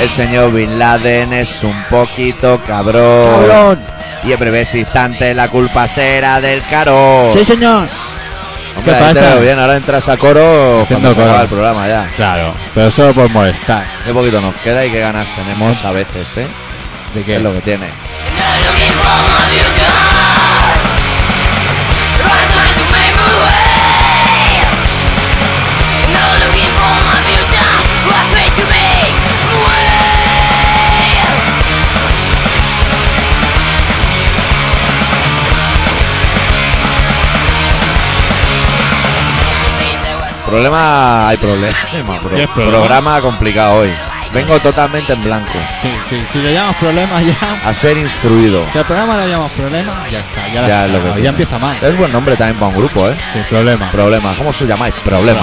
El señor Bin Laden es un poquito cabrón. Cabrón. Y en breves instantes la culpa será del caro. Sí, señor. Hombre, ¿Qué ahí te pasa? veo bien, ahora entras a coro cuando se coro. acaba el programa ya. Claro, pero solo por molestar. Qué poquito nos queda y qué ganas tenemos a veces, ¿eh? ¿De ¿Qué es lo que tiene? Problema, hay problema. Pro- ¿Qué problema? Programa complicado hoy. Vengo totalmente en blanco. Sí, sí, si le llamas problemas ya. A ser instruido. Si al programa le llamas problemas, ya está. Ya, la Ya, has es lo que sacado, ya tiene. empieza mal. Es buen nombre también para un grupo, ¿eh? Sí, problema. Problema. ¿Cómo se llamáis? Problema.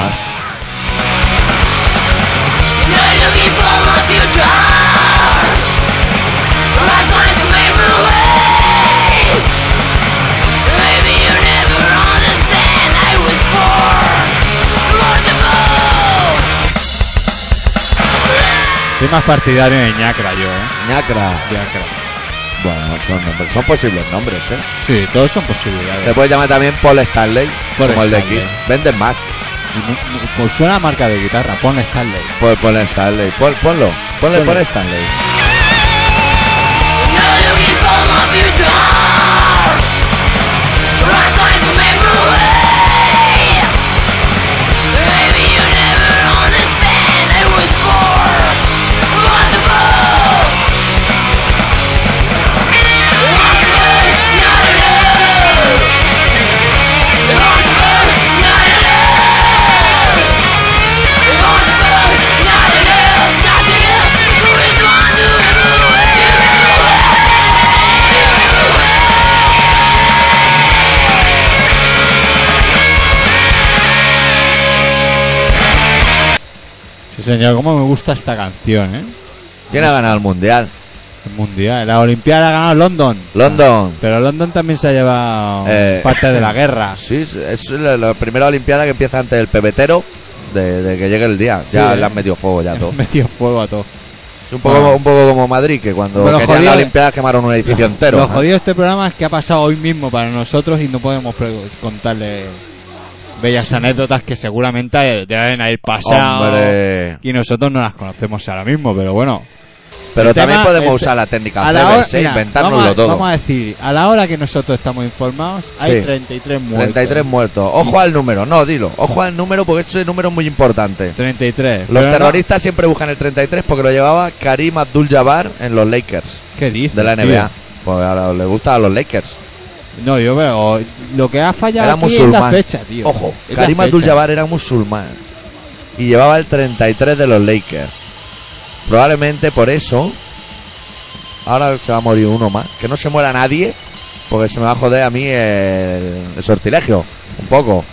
Soy más partidario de ñacra yo, ¿eh? Ñacra. Ñacra. Bueno, son nombres. Son posibles nombres, ¿eh? Sí, todos son posibilidades. Te puedes llamar también Paul Stanley, Paul como el de Stanley. Kiss. Venden más. Y mu- mu- Pues suena a marca de guitarra, pon Stanley. Paul, Paul Stanley. Paul, ponlo. Ponle Ponlo. Paul Stanley. Sí, señor, cómo me gusta esta canción, ¿eh? ¿Quién ha ganado el mundial? El mundial. La Olimpiada la ha ganado London. London. Pero London también se ha llevado Eh, parte de la guerra. Sí, es la, la primera Olimpiada que empieza antes del pebetero de, de que llegue el día. Sí, ya eh. le han metido fuego ya todo. Metido fuego a todo. Es un poco, un poco como Madrid, que cuando Pero querían jodido- la Olimpiada quemaron un edificio entero. Lo jodido de este programa es que ha pasado hoy mismo para nosotros y no podemos pre- contarle bellas anécdotas que seguramente deben haber pasado. Hombre. Y nosotros no las conocemos ahora mismo, pero bueno. Pero El también tema- podemos el- usar la técnica a la hora- Cebers, ¿eh? mira, inventárnoslo vamos a- todo. Vamos a decir, a la hora que nosotros estamos informados, hay Sí. 33 muertos. 33 muertos. Ojo al número, no, dilo. Ojo al número porque ese número es muy importante. Los 33. Pero no- terroristas siempre buscan el 33 porque lo llevaba Karim Abdul-Jabbar en los Lakers ¿Qué dices, de la tío? NBA. Pues ahora le gusta a los Lakers. No, yo veo. Lo que ha fallado Era aquí es la musulmán. fecha, tío. Ojo, Es la Karim fecha. Abdul-Jabbar era musulmán y llevaba el 33 de los Lakers. Probablemente por eso ahora se va a morir uno más. Que no se muera nadie porque se me va a joder a mí el, el sortilegio. Un poco.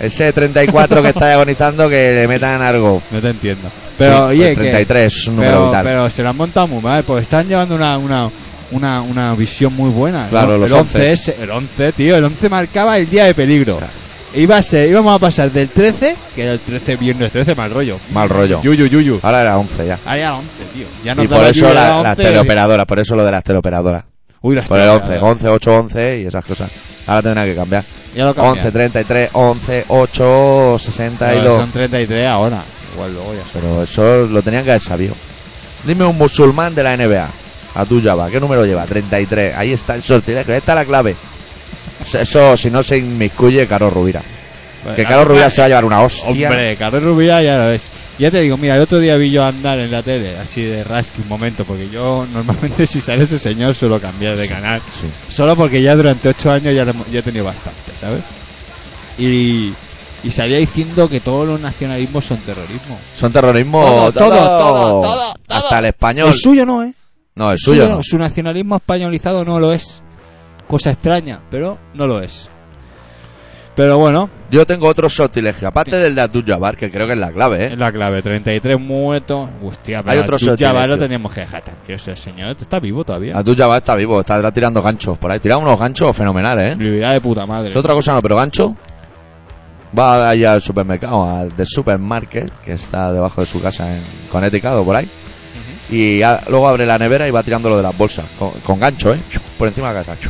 Ese 34 que está agonizando que le metan algo. No te entiendo. Pero, Sí, oye, el que- 33 es un número pero, vital. pero se lo han montado muy mal, porque están llevando una, una, una, una visión muy buena. Claro, el, los el 11. ese- el 11, tío, el 11 marcaba el día de peligro. Iba a ser, íbamos a pasar del 13, que era el 13 viernes 13, mal rollo. Mal rollo. Yuyu, yuyu. Ahora era 11 ya. Ahí era 11, tío. Ya nos Y por daba eso yuyu, la- era las 11. teleoperadoras, por eso lo de las teleoperadoras. Uy, las Por el 11, teleoperadoras. 11, 8, 11 y esas cosas. Ahora tendrá que cambiar. Ya lo cambié. 11, 33, 11, 8, 62. Son 33 ahora. Igual luego ya son. Pero eso lo tenían que haber sabido. Dime un musulmán de la NBA. A tu Java, ¿qué número lleva? 33. Ahí está el sortilegio, esta es la clave. Eso, si no se inmiscuye, Caro Rubira. Que Caro Rubira se va a llevar una hostia. Hombre, Carlos Rubira ya lo es. Ya te digo, mira, el otro día vi yo andar en la tele, así de rasque un momento, porque yo normalmente si sale ese señor suelo cambiar de canal. Sí. Solo porque ya durante ocho años ya, lo hemos- ya he tenido bastante, ¿sabes? Y, y salía diciendo que todos los nacionalismos son terrorismo. Son terrorismo. Todo, todo, todo, todo, todo. Hasta el español. El suyo no, ¿eh? No, el suyo su, no. Su nacionalismo españolizado no lo es. Cosa extraña, pero no lo es. Pero bueno, Yo tengo otro sortilegio, aparte del de Abdul-Jabbar, que creo que es la clave, Es ¿eh? la clave, 33 muertos. Hostia, pero Hay otro tú ya sorteo, va, lo tío. teníamos que dejar tranquilo, ese señor. este Está vivo todavía. Abdul-Jabbar está vivo, está, está tirando ganchos por ahí. Tira unos ganchos fenomenales, ¿eh? Vivirá de puta madre. Es otra cosa no, pero gancho va allá al supermercado, al The Supermarket, que está debajo de su casa en Connecticut o por ahí. Y a- luego abre la nevera y va tirándolo de las bolsas. Con, con gancho, ¿eh? Por encima de la cabeza.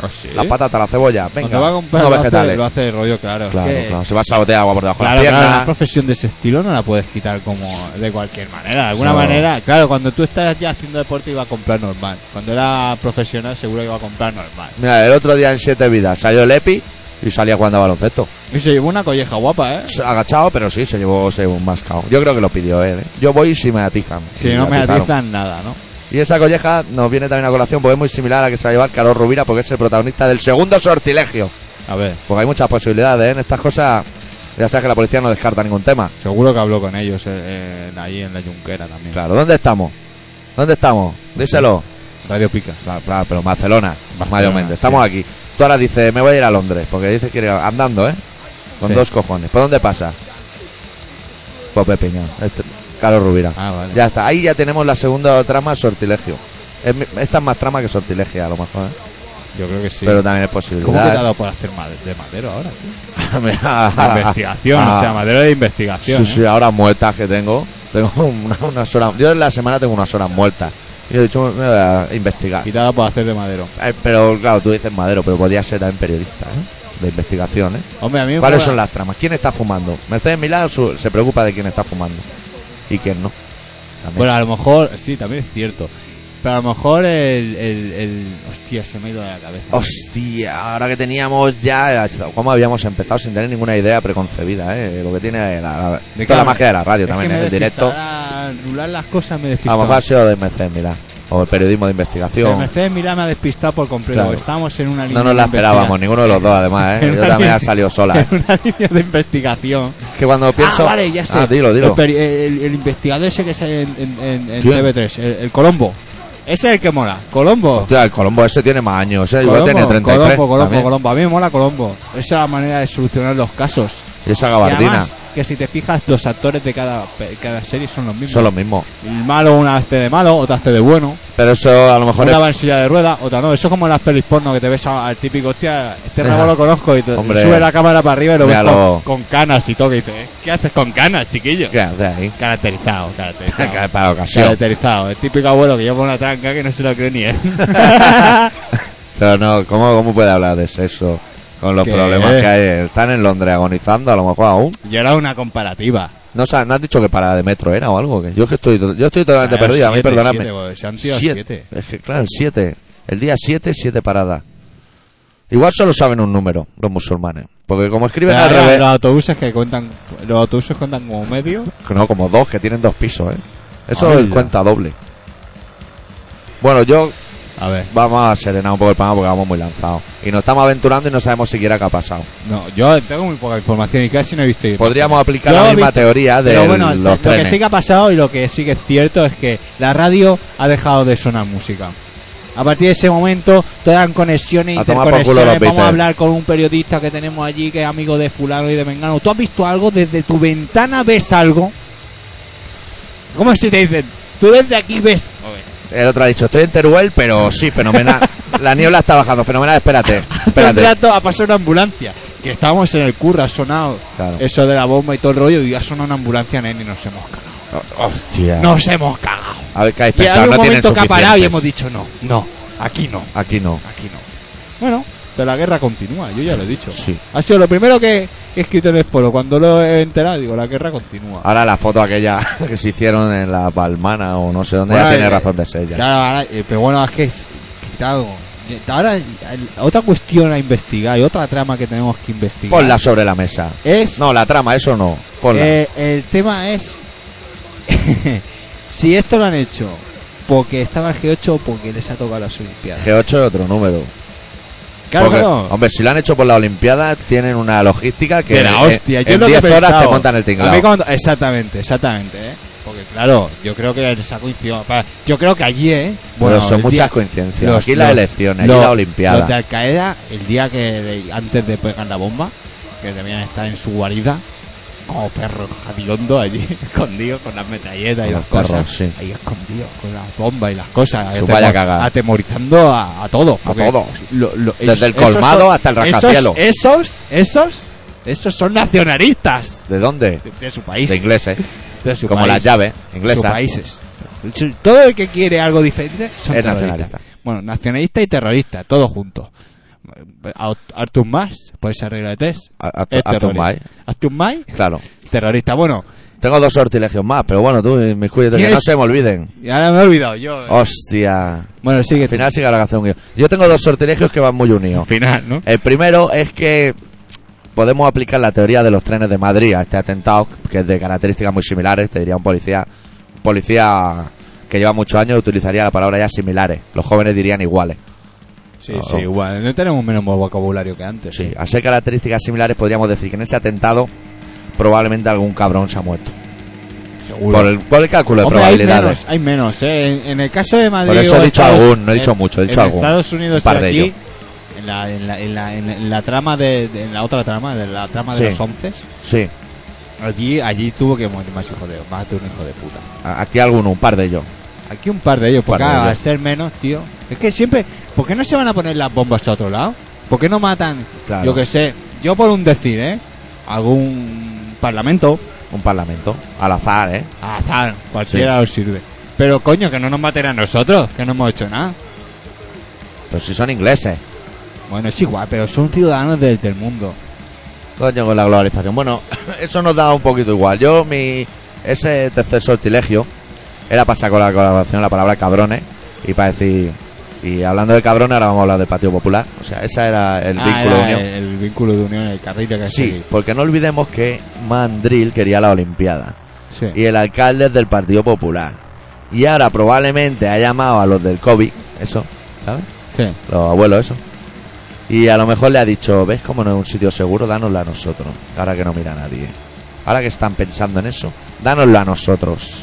¿Ah, sí? La patata, la cebolla. Venga, Cuando va a comprar no lo hace, vegetales. lo hace de rollo, claro. Claro, Que- claro. Se va a sabotear agua por debajo Claro, de las claro, piernas. una profesión de ese estilo no la puedes quitar como de cualquier manera. De alguna No. manera, claro, cuando tú estás ya haciendo deporte iba a comprar normal. Cuando era profesional seguro que iba a comprar normal. Mira, el otro día en Siete Vidas salió el Epi y salía jugando a baloncesto. Y se llevó una colleja guapa, ¿eh? Agachado, pero sí, se llevó se llevó un mascao. Yo creo que lo pidió él. ¿eh? Yo voy si me atizan. Si Y no me atizaron. atizan nada, ¿no? Y esa colleja nos viene también a colación porque es muy similar a la que se va a llevar Carlos Rubira porque es el protagonista del segundo sortilegio. A ver, Porque hay muchas posibilidades ¿eh? en estas cosas. Ya sabes que la policía no descarta ningún tema. seguro que habló con ellos eh, en- ahí en la Junquera también. Claro, ¿dónde estamos? ¿Dónde estamos? Díselo. Radio Pica. Claro, claro, pero Barcelona, Barcelona, mayormente. Estamos aquí. Tú ahora dices, me voy a ir a Londres, porque dices que ir a- andando, ¿eh? Con Sí. dos cojones. ¿Por dónde pasa? Pope Piñón. Este- Carlos Rubira. Ah, vale. Ya está. Ahí ya tenemos la segunda trama, sortilegio. Es mi- Esta es más trama que sortilegio, a lo mejor, ¿eh? Yo creo que sí. Pero también es ¿Cómo que te ha posibilidad. dado por hacer ma- de madero ahora? tío? De investigación, investigación, ¿eh? o sea, madero de investigación. Ah, Sí, sí, ahora muertas que tengo. Tengo una- unas horas. Yo en la semana tengo unas horas muertas. Y he dicho, me voy a investigar. Quitada ¿eh? por hacer de madero. Eh, pero claro, tú dices madero, pero podría ser también periodista, ¿eh? De investigación, ¿eh? Hombre, a mí me ¿Cuáles mola- son las tramas? ¿Quién está fumando? Mercedes Milán su- se preocupa de quién está fumando y quién no. También. Bueno, a lo mejor, sí, también es cierto. Pero a lo mejor el. el, el- hostia, se me ha ido de la cabeza. Hostia, ahora que teníamos ya. ¿Cómo habíamos empezado sin tener ninguna idea preconcebida, eh? Lo que tiene la, la- ¿De qué toda la hablas? magia de la radio Es también, que ¿eh? me el directo. despistaba, al rular las cosas me A lo despistaba. mejor ha sido de Mercedes Milán o el periodismo de Pero investigación. Mercedes Milá me ha despistado por completo. Claro. Estábamos en una línea. No nos la de esperábamos, investiga- ninguno de los dos, además, ¿eh? En Yo una también ha línea- salido sola. ¿eh? En una línea de investigación. Que cuando pienso. Ah, vale, ya sé. Ah, dilo, El, dilo. peri- el- el investigador ese que sale en, en- en- en ¿Quién? TV3, el, el Colombo. Ese es el que mola. Colombo. Hostia, el Colombo ese tiene más años, ¿eh? Igual tiene 33 Colombo, Colombo, también. Colombo. A mí me mola Colombo. Esa es la manera de solucionar los casos. Y esa Y gabardina además, que si te fijas, los actores de cada, pe- cada serie son los mismos. son los mismos. El malo una hace de malo, otra hace de bueno. Pero eso a lo mejor una es... va en silla de ruedas, otra no. Eso es como en las pelis porno que te ves a- al típico, hostia, este Ajá. rabo lo conozco y te- Hombre. sube la cámara para arriba y lo ves Míralo. con, con canas y todo. Y dices, ¿qué haces con canas, chiquillo? ¿Qué hace ahí? Caracterizado, caracterizado. Para la ocasión. caracterizado. El típico abuelo que lleva una tranca que no se lo cree ni él. Pero no, ¿cómo, ¿cómo puede hablar de sexo con los ¿Qué? problemas que hay? Están en Londres agonizando, a lo mejor aún. y era una comparativa. No, sa- no has dicho que parada de metro era o algo. Que yo, es que estoy, yo estoy totalmente Era perdido, a mí Ah, siete, perdonadme. siete, güey, se han tirado Siete. siete. Es que claro, el 7. El día 7, 7 paradas. Igual solo saben un número los musulmanes. Porque como escriben Pero al ahora revés... Los autobuses que cuentan, los autobuses cuentan como medio. No, como dos, que tienen dos pisos, ¿eh? Eso Ay, es Ah, ya. cuenta doble. Bueno, yo A ver. vamos a serenar un poco el programa porque vamos muy lanzados. Y nos estamos aventurando y no sabemos siquiera qué ha pasado. No, yo tengo muy poca información y casi no he visto. Podríamos aplicar Yo la he misma visto- teoría de Pero bueno, los lo que trenes. sí que ha pasado y lo que sí que es cierto es que la radio ha dejado de sonar música. A partir de ese momento, todas eran conexiones, A tomar por culo los interconexiones. Vamos Beatles. a hablar con un periodista que tenemos allí que es amigo de Fulano y de Mengano. ¿Tú has visto algo? ¿Desde tu ventana ves algo? ¿Cómo si te dicen? Tú desde aquí ves. El otro ha dicho, estoy en Teruel, pero sí, fenomenal. la niebla está bajando, fenomenal, espérate. Hace un Espérate. rato ha pasado una ambulancia. Que estábamos en el curro, ha sonado Claro. eso de la bomba y todo el rollo. Y ha sonado una ambulancia, nene, y nos hemos cagado. Oh, Hostia. Nos hemos cagado. A ver qué habéis Y hay pensado, un no tienen momento que ha parado y suficientes. hemos dicho no, no, aquí no, Aquí no. aquí no. Bueno, pero la guerra continúa, yo ya lo he dicho. Sí. Ha sido lo primero que he escrito en el foro. Cuando lo he enterado, digo, la guerra continúa. Ahora la foto aquella que se hicieron en la Palmana o no sé dónde Bueno, ya tiene eh, razón de ser ya. Claro, ahora, eh, pero bueno, es que es quitado. Ahora, el- otra cuestión a investigar y otra trama que tenemos que investigar Ponla sobre la mesa. es. No, la trama, eso no. Ponla. eh, el tema es. si esto lo han hecho porque estaba el G8 o porque les ha tocado las Olimpiadas. G8 es otro número. Claro, Porque, claro. Hombre, si lo han hecho por la Olimpiada, tienen una logística que de la en- hostia. Yo en lo que he 10 horas te pensado. montan el tinglado. A mí cuando- exactamente, exactamente, ¿eh? Porque claro, yo creo que les ha coincidido. pa- Yo creo que allí, ¿eh? Bueno, son el muchas día- coincidencias. los- aquí las los- elecciones, los- aquí la Olimpiada. Los de Al Qaeda, el día que de- antes de pegar la bomba, que debían estar en su guarida, como perros jadigondo allí, escondidos con las metralletas y Con las los cosas. perros, sí. Ahí escondidos con las bombas y las cosas. Su vaya cagada. Atemorizando a, a todos. A porque todos. lo- lo- Desde el colmado son- hasta el esos- rascacielos. Esos, esos, esos son nacionalistas ¿De dónde? de, de su país. De ¿eh? ingleses. de su como país. las llaves Sus inglesas. países. Si Todo el que quiere algo diferente son Es terroristas. nacionalista. Bueno, nacionalista y terrorista, todos juntos. A- Artur Mas, por esa regla de test. A- a- es a tu terrorista. mai. Artur Mas, Claro. terrorista. Bueno, Tengo dos sortilegios más, pero bueno, tú, mis cuídate, que ¿Tienes- no se me olviden. y ahora me he olvidado yo. Hostia. Bueno, sigue. Al tú. Oh, final sí que habrá que hacer un guión. Yo tengo dos sortilegios que van muy unidos. Final, ¿no? El primero es que podemos aplicar la teoría de los trenes de Madrid a este atentado, que es de características muy similares, te diría un policía. Un policía que lleva muchos años utilizaría la palabra ya similares. Los jóvenes dirían iguales. Sí, Oh. sí, igual. No tenemos menos vocabulario que antes. Sí, ah, al ser características similares podríamos decir que en ese atentado probablemente algún cabrón se ha muerto. seguro. Por el, por el cálculo de Hombre, hay probabilidades. menos, hay menos, ¿eh? En, en el caso de Madrid. Por eso o he dicho Estados- algún, no he dicho en- mucho, he dicho en algún. Estados Unidos Un par y de aquí, ellos. En la, en, la, en, la, en la- en la trama de, de- En la otra trama, de la trama de Sí. los once. Sí, Allí, allí tuvo que morir más hijo de. Más de un hijo de puta. a- aquí alguno, un par de ellos. Aquí un par de ellos, porque par de ah, ellos. al ser menos, tío. Es que siempre. ¿Por qué no se van a poner las bombas a otro lado? ¿Por qué no matan? Claro. Yo que sé. Yo por un decir, ¿eh? Algún parlamento. Un parlamento. Al azar, ¿eh? Azar, cualquiera os sirve. Pero coño, que no nos maten a nosotros, que no hemos hecho nada. Pero si son ingleses. Bueno, es igual, pero son ciudadanos del, del mundo. Coño con la globalización. Bueno, eso nos da un poquito igual. Yo, mi. Ese tercer sortilegio era pasar con la colaboración la palabra cabrones y para decir. Y hablando de cabrones, ahora vamos a hablar del Partido Popular. O sea, ese era el Ah, vínculo de era unión. El, el vínculo de unión, el carril que Sí, porque no olvidemos que Mandril quería la Olimpiada sí. y el alcalde es del Partido Popular. Y ahora probablemente ha llamado a los del COVID, eso, ¿sabes? sí. Los abuelos, eso. Y a lo mejor le ha dicho, ¿ves cómo no es un sitio seguro? Dánoslo a nosotros. Ahora que no mira a nadie. Ahora que están pensando en eso, dánoslo a nosotros.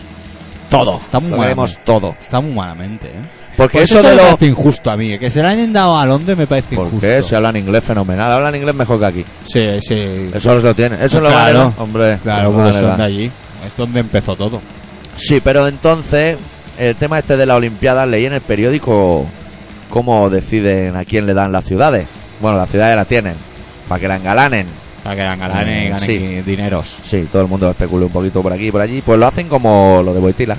Todo. Está muy Lo mal. queremos todo. Está muy malamente, ¿eh? Porque Por eso, me de los... parece injusto a mí. eh, Que se lo hayan dado a Londres me parece ¿Por injusto. qué? Si hablan inglés fenomenal. Hablan inglés mejor que aquí. Sí, sí. Eso lo tienen. Eso lo Claro. vale, ¿no? Hombre. Claro, pues lo porque vale, son va. de allí. Es donde empezó todo. Sí, pero entonces, el tema este de la Olimpiada, leí en el periódico cómo deciden a quién le dan las ciudades. Bueno, las ciudades las tienen, para que la engalanen. Para que la ganen, Mm, ganen sí. qui- dineros. Sí, todo el mundo especula un poquito por aquí y por allí. Pues lo hacen como lo de Boitila.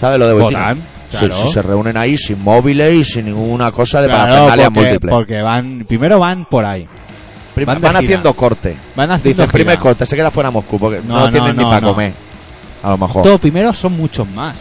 ¿Sabes lo de Boitila? Votan, Sí, claro. sí, se reúnen ahí sin móviles y sin ninguna cosa de Claro, parafernalias porque, múltiples. porque van, primero van por ahí. Prim- van van de gira. haciendo corte. Van haciendo Dicen, primer gira. corte, se queda fuera Moscú porque No, no, no, tienen no, ni para no. comer. A lo mejor. Todo primero son muchos más.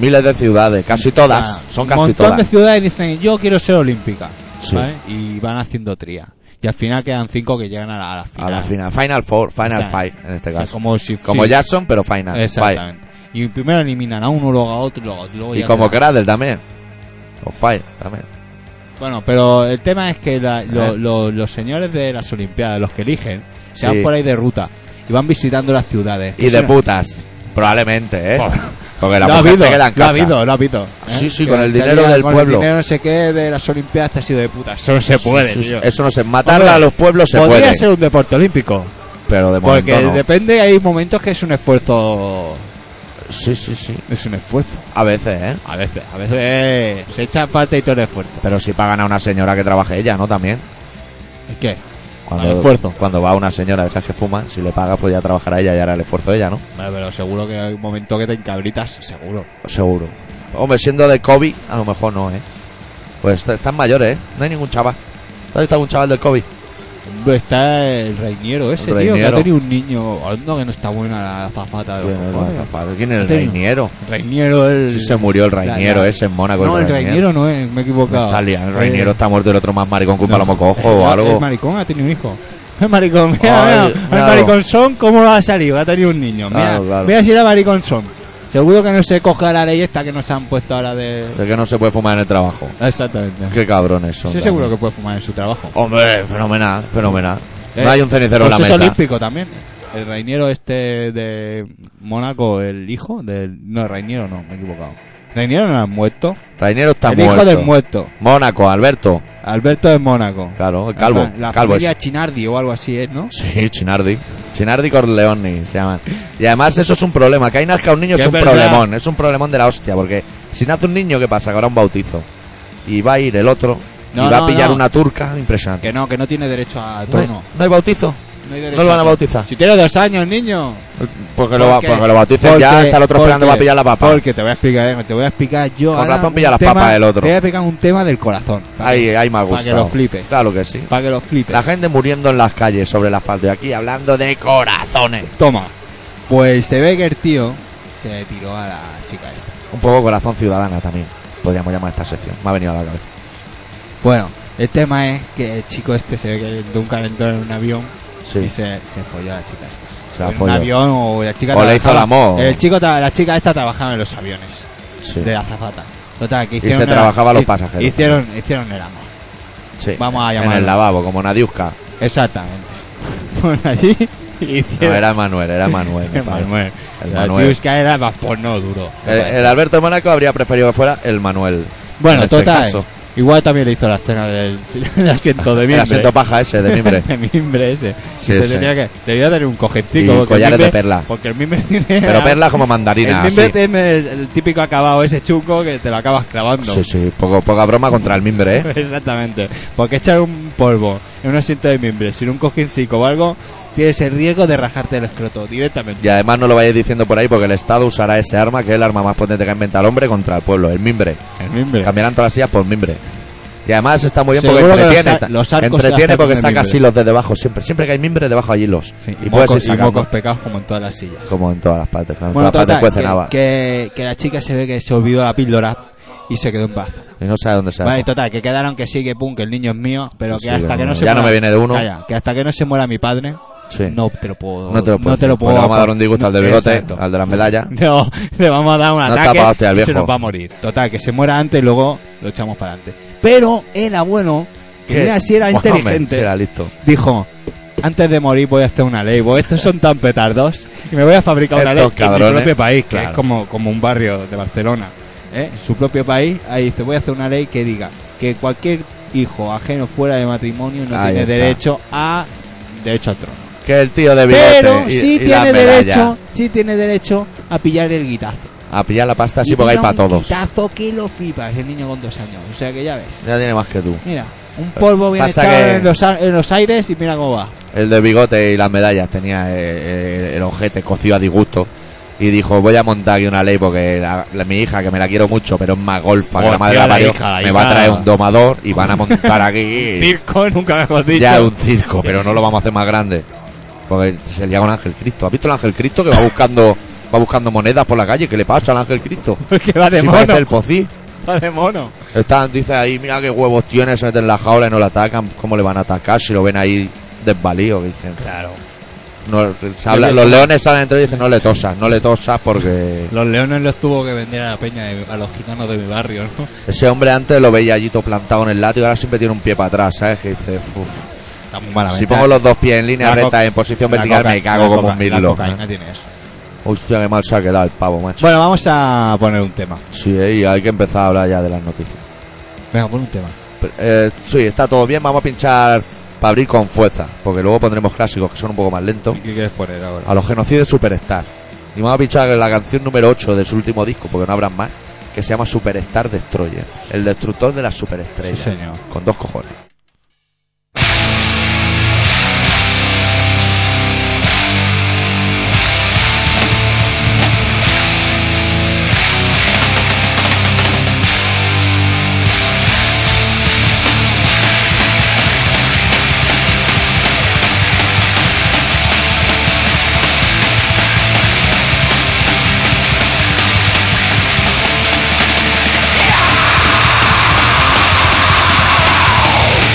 Miles de ciudades, casi todas. Ah, son Un casi montón todas. de ciudades dicen, yo quiero ser olímpica. Sí. ¿vale? Y van haciendo tría. Y al final quedan cinco que llegan a la, a la final. A la final. Final Four, Final O sea, Five, en este O sea, caso. como como si... sí, Jackson, pero Final Five. Exactamente. Y primero eliminan a uno, luego a otro, luego, luego Y ya como queda- Cradle también. O Five también. Bueno, pero el tema es que la- lo- Eh. lo- los señores de las Olimpiadas, los que eligen, se Sí. van por ahí de ruta y van visitando las ciudades. Y de putas. Probablemente, ¿eh? Por- Porque la lo ha mujer habido, se queda en lo ha casa. habido, lo ha habido. ¿eh? Sí, sí, Que con el se dinero lian del con pueblo. El dinero no sé qué de las Olimpiadas te ha sido de puta. Eso no se puede, Sí, sí, tío. Eso no se... Matarla Hombre, a los pueblos se Podría puede. ser un deporte olímpico. Pero de momento Porque no. depende, hay momentos que es un esfuerzo. Sí, sí, sí. Es un esfuerzo. A veces, ¿eh? A veces, a veces eh, se echa parte y todo el esfuerzo. Pero si pagan a una señora que trabaje ella, ¿no? También. ¿Es qué? Cuando, Al esfuerzo. Cuando va una señora de esas que fuman, si le paga, pues ya trabajará ella y hará el esfuerzo ella, ¿no? Bueno, pero seguro que hay un momento que te encabritas, seguro. Seguro. Hombre, siendo de COVID, a lo mejor no, ¿eh? Pues est- están mayores, ¿eh? No hay ningún chaval. ¿Dónde está un chaval del COVID? Hombre, está el reiniero ese, El tío, que reiniero. ha tenido un niño. Ah, No, que no está buena la zafata. de los cojones. ¿Quién es el Sí. reiniero? reiniero, el. Sí se murió el reiniero la- la- ese en Mónaco. no, el reiniero no es, me he equivocado. Está liado, el reiniero está muerto y el otro más maricón que un No. palomo cojo o El- algo. El maricón ha tenido un hijo. El maricón, mira, Ay, mira, claro. el maricón son, ¿cómo lo ha salido? Ha tenido un niño. Mira, Claro, claro. mira si era maricón son. Seguro que no se coja la ley esta que nos han puesto ahora de. Es que no se puede fumar en el trabajo. Exactamente. Qué cabrones son. Sí, también. seguro que puede fumar en su trabajo. Hombre, fenomenal, fenomenal. Eh, no hay un cenicero en Pues la es mesa. olímpico también. El reiniero este de Mónaco, el hijo del. No, el reiniero no, me he equivocado. Reiniero no era el muerto. Reiniero está el muerto. hijo del muerto. Mónaco, Alberto. Alberto de Mónaco. Claro, el calvo. Ajá, La calvo familia ese. Chinardi o algo así es, ¿no? Sí, Chinardi. Chinardi Corleone se llaman. Y además eso es un problema. Que ahí nazca un niño Que es es un verdad. problemón. Es un problemón de la hostia. Porque si nace un niño, ¿qué pasa? Que habrá un bautizo. Y va a ir el otro. No, y va no, a pillar no. una turca. Impresionante. Que no, que no tiene derecho a No hay- trono. no hay bautizo. No, hay derecho No lo van a hacer. bautizar. Si tienes dos años, niño. Porque lo, va- Porque- porque lo bauticen ya, porque- está el otro esperando porque- para pillar la papa. Porque te voy a explicar, eh, te voy a explicar yo. Con ahora razón un pilla las tema- papas el otro. Te voy a explicar un tema del corazón. ahí, ahí me ha Para que gustado. lo flipes. Claro que sí. Para que los flipes. La gente muriendo en las calles sobre el asfalto. Y aquí hablando de corazones. Toma. Pues se ve que el tío se le tiró a la chica esta. Un poco corazón ciudadana también. Podríamos llamar esta sección. Me ha venido a la cabeza. Bueno, el tema es que el chico este se ve que de un calentón en un avión y Sí. se, se folló a la chica esta. Se ha en un follado. avión o la chica O le hizo el trabajaba- amor. El chico, tra- la chica esta trabajaba en los aviones Sí. de la zafata. Total, que se hicieron el- trabajaba a los hi- pasajeros. Hicieron, hicieron el amor. Sí. Vamos a En llamarlo. el lavabo, como Nadiuska. Exactamente. Por allí hicieron No, era Manuel, era Manuel. me el parece. Eh, Manuel. El La Manuel. Tiusca era más porno duro. El, el Alberto de Mónaco habría preferido que fuera el Manuel. bueno, en este total. caso. Igual también le hizo la escena del del asiento de mimbre. El asiento paja ese de mimbre. de mimbre ese. Sí, se ese. tenía que debía tener un Y cojetico. porque el collares de mimbre- perla. Porque el mimbre tiene Pero perlas como mandarina. El mimbre así. tiene el, el típico acabado ese chungo que te lo acabas clavando. Sí, sí. Poco, poca broma contra el mimbre, ¿eh? Exactamente. Porque echar un polvo en un asiento de mimbre sin un cojincico o algo, tienes el riesgo de rajarte el escroto directamente. Y además no lo vayáis diciendo por ahí porque el Estado usará ese arma que es el arma más potente que ha inventado el hombre contra el pueblo, el mimbre. El mimbre. Cambiarán todas las sillas por mimbre. Y además está muy bien Seguro porque que los entretiene. ar- los arcos se entretiene hacen porque de saca mimbre. hilos de debajo siempre. Siempre que hay mimbre, debajo hay hilos. Sí, y puedes ir y, mocos, y sacando. mocos pecados como en todas las sillas. Como en todas las partes. claro, En Bueno, todas total, partes cuecen habas. que, que, que la chica se ve que se olvidó la píldora y se quedó en paz. Y no sabe dónde se Vale, total, que quedaron que sí, que pum, que el niño es mío, pero que Sí, hasta que bueno, no se ya muera, no me viene de uno. Calla, que hasta que no se muera mi padre, Sí. no te lo puedo. No te lo puedo. No te decir, porque Le vamos a dar un disgusto al del bigote, Exacto. al de las medallas. No, le vamos a dar un No ataque tapa hostia al y se viejo. nos va a morir. Total, que se muera antes y luego lo echamos para adelante. Pero el abuelo, que mira si era Mohamed, inteligente, Pues si era listo. dijo... Antes de morir voy a hacer una ley, porque estos son tan petardos y me voy a fabricar una ley Estos en mi cabrones, propio país, que claro. es como, como un barrio de Barcelona, ¿eh? en su propio país, ahí dice, voy a hacer una ley que diga que cualquier hijo ajeno fuera de matrimonio no Ahí tiene está. derecho a derecho al trono. Que el tío de bigote Pero y- sí y las tiene medallas. derecho, sí tiene derecho a pillar el guitazo. A pillar la pasta así Y porque hay pilla para un todos. Guitazo que lo flipas, el niño con dos años. O sea que ya ves. Ya tiene más que tú. Mira, un polvo bien Pasa echado que- en, los, a- en los aires y mira cómo va. El de bigote y las medallas tenía eh, eh, el ojete cocido a disgusto. Y dijo, voy a montar aquí una ley porque la- la- mi hija, que me la quiero mucho, pero es más golfa que la Hostia, madre la la parió, hija, la me va a hija. traer un domador y van a montar aquí Circo, nunca mejor dicho. ya un circo, pero no lo vamos a hacer más grande. Porque se lía con Ángel Cristo. ¿Has visto el Ángel Cristo que va buscando va buscando monedas por la calle? ¿Qué le pasa al Ángel Cristo? Porque va de Si mono. parece el pocí. Va de mono. Están, dice ahí, mira qué huevos tiene, se meten en la jaula y no le atacan. ¿Cómo le van a atacar si lo ven ahí desvalido? Que dicen. Claro. No, se habla- los leones salen entre y dicen, no le tosas, no le tosas porque Los leones los tuvo que vender a la peña, de- a los gitanos de mi barrio, ¿no? ese hombre antes lo veía allí todo plantado en el látigo, ahora siempre tiene un pie para atrás, ¿sabes? Que dice, "Uf, Está muy mala si venta. pongo los dos pies en línea La recta coca- en posición La vertical coca- me cago la como coca- un La mirlo. cocaína tiene eso. Hostia, qué mal se ha quedado el pavo, macho. Bueno, vamos a poner un tema. Sí, eh, y hay que empezar a hablar ya de las noticias. Venga, pon un tema. Pero, eh, sí, está todo bien, vamos a pinchar para abrir con fuerza, porque luego pondremos clásicos que son un poco más lentos. ¿Qué quieres poner ahora? A los genocidios Superstar. Y vamos a pinchar la canción número 8 de su último disco, porque no habrán más, que se llama Superstar Destroyer, el destructor de las superestrellas. Sí, señor. Con dos cojones. Thank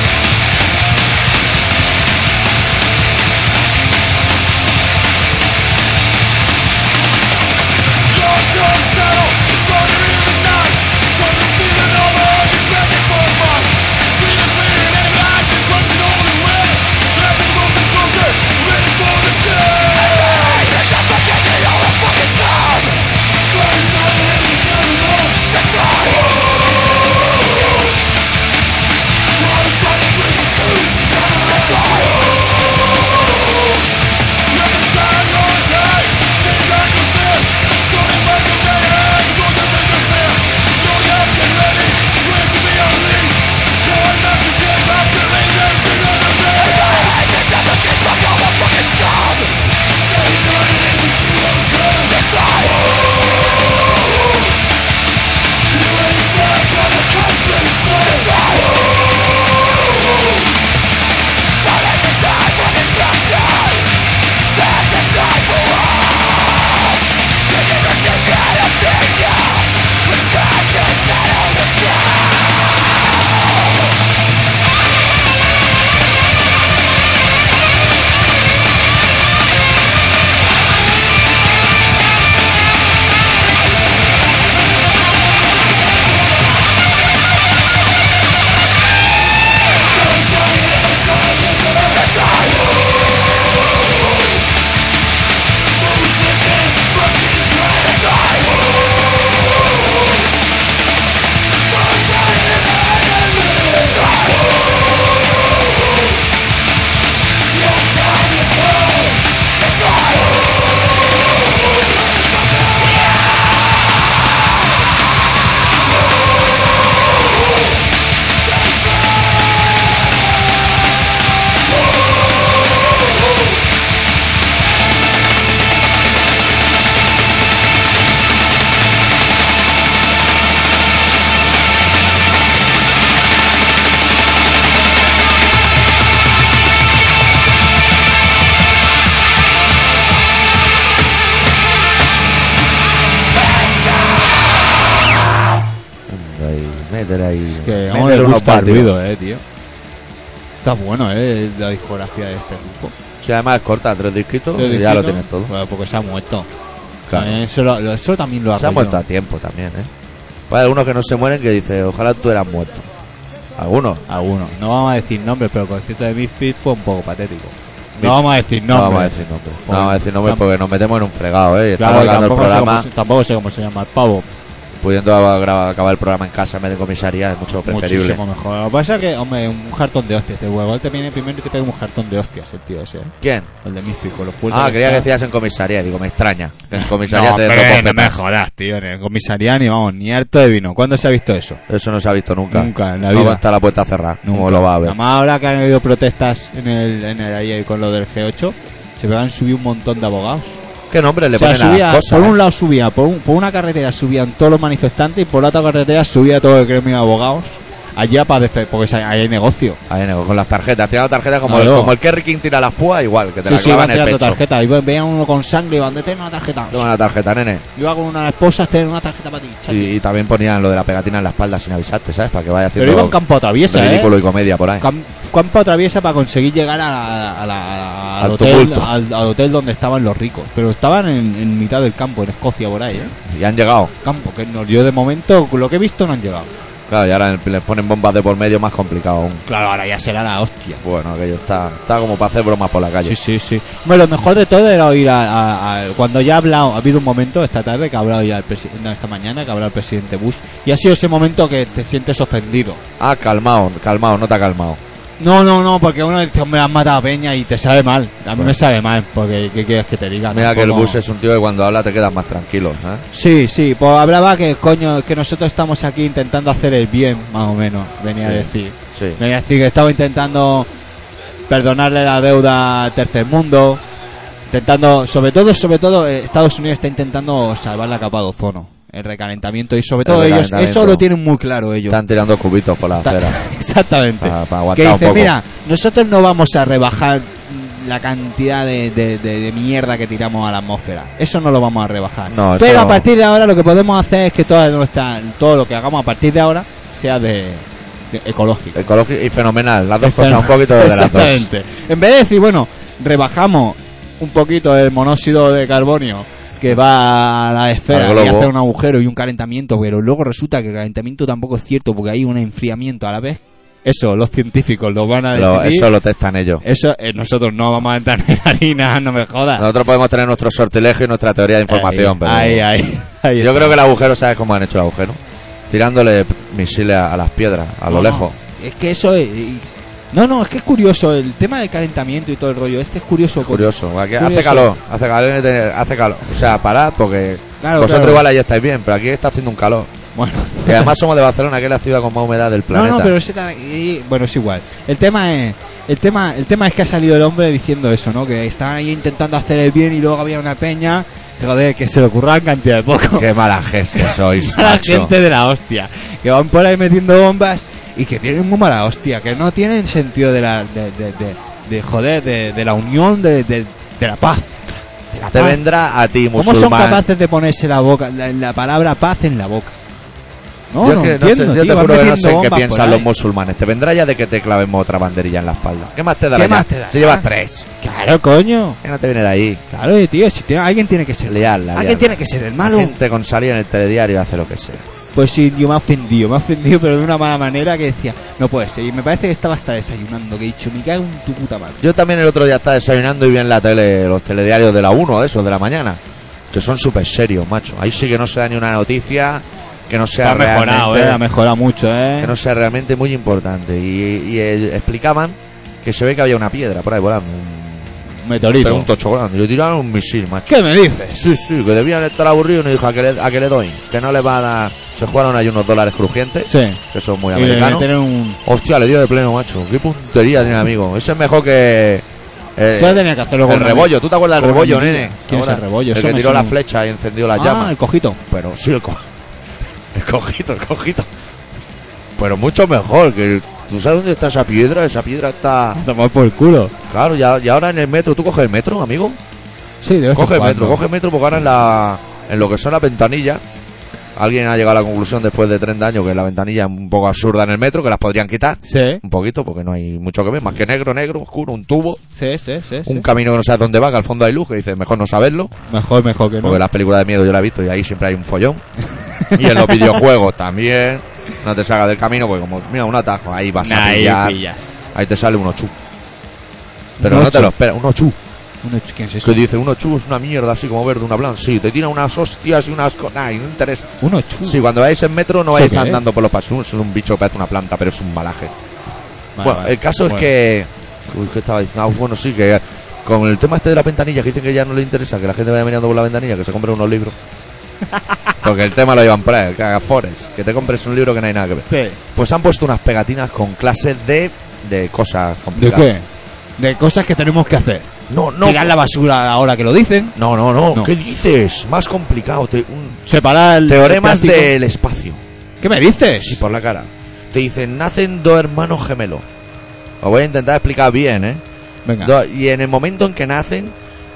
y Es que meter cómo le unos gusta el patios. ruido, eh, tío. Está bueno, eh, la discografía de este grupo. Si además corta tres disquitos, Yo y ya digo, lo tienes todo. Bueno, porque se ha muerto. Claro. Eh, Eso, lo- lo- eso también lo ha Se ha arruinado. muerto a tiempo también, ¿eh? Pues hay algunos que no se mueren que dice ojalá tú eras muerto. Algunos. Algunos. No vamos a decir nombres, pero el concierto de Misfits fue un poco patético. Mis- No vamos a decir No, nombres. vamos a decir nombres. No Joder. vamos a decir nombres Tam- porque nos metemos en un fregado, ¿eh? Y Pues, Claro, Estamos hablando el tampoco, programa, sé cómo, se- tampoco sé cómo se llama el pavo. pudiendo agra- acabar el programa en casa en vez de comisaría, es mucho preferible. Muchísimo mejor. Lo que pasa es que, hombre, un jartón de hostias. Te igual te viene primero y te pega un jartón de hostias el tío ese. ¿eh? ¿Quién? El de Misfits con los puertos. Ah, creía que decías en comisaría. Digo, me extraña. Que en comisaría no, te den hombre, dos no me bofetadas. jodas, tío. En el comisaría ni vamos, ni harto de vino. ¿Cuándo se ha visto eso? Eso no se ha visto nunca. Nunca en la No vida. va a estar la puerta cerrada. Como Nunca. lo va a ver. Además, ahora que han habido protestas en el, en el ahí con lo del G8, se me han subido un montón de abogados. ¿Qué nombre le O sea, ponen a subía- las cosas? por eh? un lado subía, por, un- por una carretera subían todos los manifestantes y por la otra carretera subía todo el gremio de abogados. Allá para defender, porque se- ahí hay negocio. Ahí, nego- con las tarjetas. Tirando tarjetas como, Claro. el, como el Kerry King tira las púas, igual, que te Sí, la sí, clava en iban el tirando pecho. tarjetas. Y ve- veían uno con sangre y van de una tarjeta. Toma la tarjeta, nene. Iba con una esposa, ten una tarjeta para ti. chachi". Y, y también ponían lo de la pegatina en la espalda sin avisarte, ¿sabes? Para que vaya haciendo Pero iba en campo atraviesa, ¿eh? ridículo y comedia por ahí. Cam- campo atraviesa para conseguir llegar a la- a la- al, Al hotel, tumulto. al, al hotel donde estaban los ricos. Pero estaban en, en mitad del campo, en Escocia, por ahí, ¿eh? Y han llegado. Campo, que no, yo de momento, lo que he visto, no han llegado. Claro, y ahora les ponen bombas de por medio más complicado aún. Claro, ahora ya será la hostia. Bueno, aquello está, está como para hacer bromas por la calle. Sí, sí, sí. Hombre, lo mejor de todo era oír a, a- a- cuando ya ha hablado, ha habido un momento esta tarde que ha hablado ya el presidente, no, esta mañana que ha hablado el presidente Bush, y ha sido ese momento que te sientes ofendido. Ah, calmao, calmao, no te ha calmado. No, no, no, porque uno dice, hombre, has matado a Peña y te sabe mal. A mí Bueno. me sabe mal, porque ¿qué quieres que te diga? Mira que el Tampoco- bus es un tío que cuando habla te quedas más tranquilo, ¿eh? Sí, sí, pues hablaba que, coño, que nosotros estamos aquí intentando hacer el bien, más o menos, venía a Sí. decir. Sí. Venía a decir que estaba intentando perdonarle la deuda al tercer mundo, intentando, sobre todo, sobre todo, eh, Estados Unidos está intentando salvar la capa de ozono, el recalentamiento, y sobre El todo ellos, recalentamiento. eso lo tienen muy claro ellos. Están tirando cubitos por la Ta- acera. Exactamente. Para, para que aguantar un dice, poco. mira, nosotros no vamos a rebajar mm, la cantidad de, de- de- de mierda que tiramos a la atmósfera. Eso no lo vamos a rebajar. No, eso Pero a no. partir de ahora lo que podemos hacer es que toda nuestra, todo lo que hagamos a partir de ahora sea de, de- ecológico. Ecológico y fenomenal. Las dos cosas, un Exacto. poquito de las dos. Exactamente. En vez de decir, bueno, rebajamos un poquito el monóxido de carbonio que va a la esfera Al globo. y hace un agujero y un calentamiento, pero luego resulta que el calentamiento tampoco es cierto porque hay un enfriamiento a la vez. Eso, los científicos lo van a Lo- decir. eso lo testan ellos. Eh, nosotros no vamos a entrar en harina, no me jodas. Nosotros podemos tener nuestro sortilegio y nuestra teoría de información, ah. Ahí, pero ahí, ahí, ahí yo está. creo que el agujero, ¿sabes cómo han hecho el agujero? Tirándole misiles a, a las piedras, a lo No, lejos. no, Es que eso es... es- No, no, es que es curioso. El tema del calentamiento y todo el rollo. Este es curioso. porque- Curioso, aquí hace Curioso. calor, hace calor, hace calor. O sea, parad porque Claro, vosotros claro. igual ahí estáis bien, pero aquí está haciendo un calor. Bueno. Y además somos de Barcelona, que es la ciudad con más humedad del planeta. No, no, pero ese tan- y- bueno, es igual. El tema es el tema el tema es que ha salido el hombre diciendo eso, ¿no? Que estaban ahí intentando hacer el bien y luego había una peña, que, joder, que se le ocurran cantidad de poco. Qué mala gente que sois, la macho. gente de la hostia, que van por ahí metiendo bombas y que tienen muy mala hostia, que no tienen sentido de la de, de, de- de, joder, de, de la unión, de, de- de la paz. De la Te paz. vendrá a ti, Ah, ¿Cómo son musulmán. capaces de ponerse la boca la, la palabra paz en la boca? No, yo es no que no sé, entiendo, yo tío, te van juro que no metiendo sé en qué bombas por piensan los ahí. musulmanes. Te vendrá ya de que te clavemos otra banderilla en la espalda. ¿Qué más te dará? ¿Qué ya? más te Ah. dará? Si llevas tres. Claro, coño. ¿Qué no te viene de ahí? Claro, eh, tío, si tiene- alguien tiene que ser Liarla, Alguien liarla. tiene que ser el La malo. gente con salir en el telediario hace lo que sea. Pues sí, yo me he ofendido, me he ofendido, pero de una mala manera que decía, no puede ser. Y me parece que estaba hasta desayunando, que he dicho, me cago en tu puta madre. Yo también el otro día estaba desayunando y vi en la tele los telediarios de la 1, de esos de la mañana, que son súper serios, macho. Ahí sí que no se da ni una noticia que no sea realmente- mejorado mucho, eh. que no sea realmente muy importante. Y, y, eh, explicaban que se ve que había una piedra por ahí volando, un, pero un Meteorito. tocho volando. Y le tiraron un misil, macho. ¿Qué me dices? Sí, sí, que debían estar aburridos y dijo a que le, a que le doy, que no le va a dar... Se jugaron ahí unos dólares crujientes, Sí. que son muy Y le americanos. meten un... Hostia, le dio de pleno, macho. Qué puntería tiene, amigo. Ese es mejor que. eh, Eso tenía que hacerlo con el una- rebollo. ¿Tú te acuerdas del con rebollo, una nene? ¿Quién es el Rebollo? El Eso que me tiró la suena. flecha y encendió las ah, llamas. el cojito. Pero sí, el, co- el cojito, el cojito. Pero mucho mejor. que el- ¿Tú sabes dónde está esa piedra? Esa piedra está. Tomar por el culo. Claro, ya, y ahora en el metro. ¿Tú coges el metro, amigo? Sí, de vez en Coge el cuando. metro, coge el metro porque ahora en, la, en lo que son las ventanillas Alguien ha llegado a la conclusión después de 30 años que la ventanilla es un poco absurda en el metro, que las podrían quitar. Sí, Un poquito, porque no hay mucho que ver. Más que negro, negro, oscuro, un tubo, sí, sí, sí. sí. un camino que no sabes dónde va, que al fondo hay luz, que dices, mejor no saberlo. Mejor, mejor que no. Porque las películas de miedo yo las he visto y ahí siempre hay un follón. y en los videojuegos también. No te salgas del camino, porque como, mira, un atajo, ahí vas a Ahí pillar. pillas. Ahí te sale un ochu. Pero Un no te ochu. lo esperas, un ochu. Uno, ch- ¿Quién es Que eso? dice, un ochu es una mierda así como verde, una blanca. Sí, te tira unas hostias y unas... co- Nah, y no interesa. Uno chulo. Sí, cuando vais en metro no ¿Eso vais qué es? andando por los pasos. Eso es un bicho que parece una planta, pero es un malaje. Vale, bueno, vale. el caso Bueno. es que. Uy, ¿qué estaba diciendo? Ah, bueno, sí, que con el tema este de la ventanilla, que dicen que ya no le interesa que la gente vaya mirando por la ventanilla, que se compre unos libros. Porque el tema lo llevan para que hagas forest, que te compres un libro que no hay nada que ver. Sí. Pues han puesto unas pegatinas con clases de, de cosas ¿De complicadas. qué? De cosas que tenemos que hacer. No, no. Tirar la basura ahora que lo dicen. No, no, no, No. ¿Qué dices? Más complicado. te- un- Separar el. teoremas el plástico. del espacio. ¿Qué me dices? Sí, por la cara. Te dicen, nacen dos hermanos gemelos. Os voy a intentar explicar bien, ¿eh? Venga. Do- y en el momento en que nacen,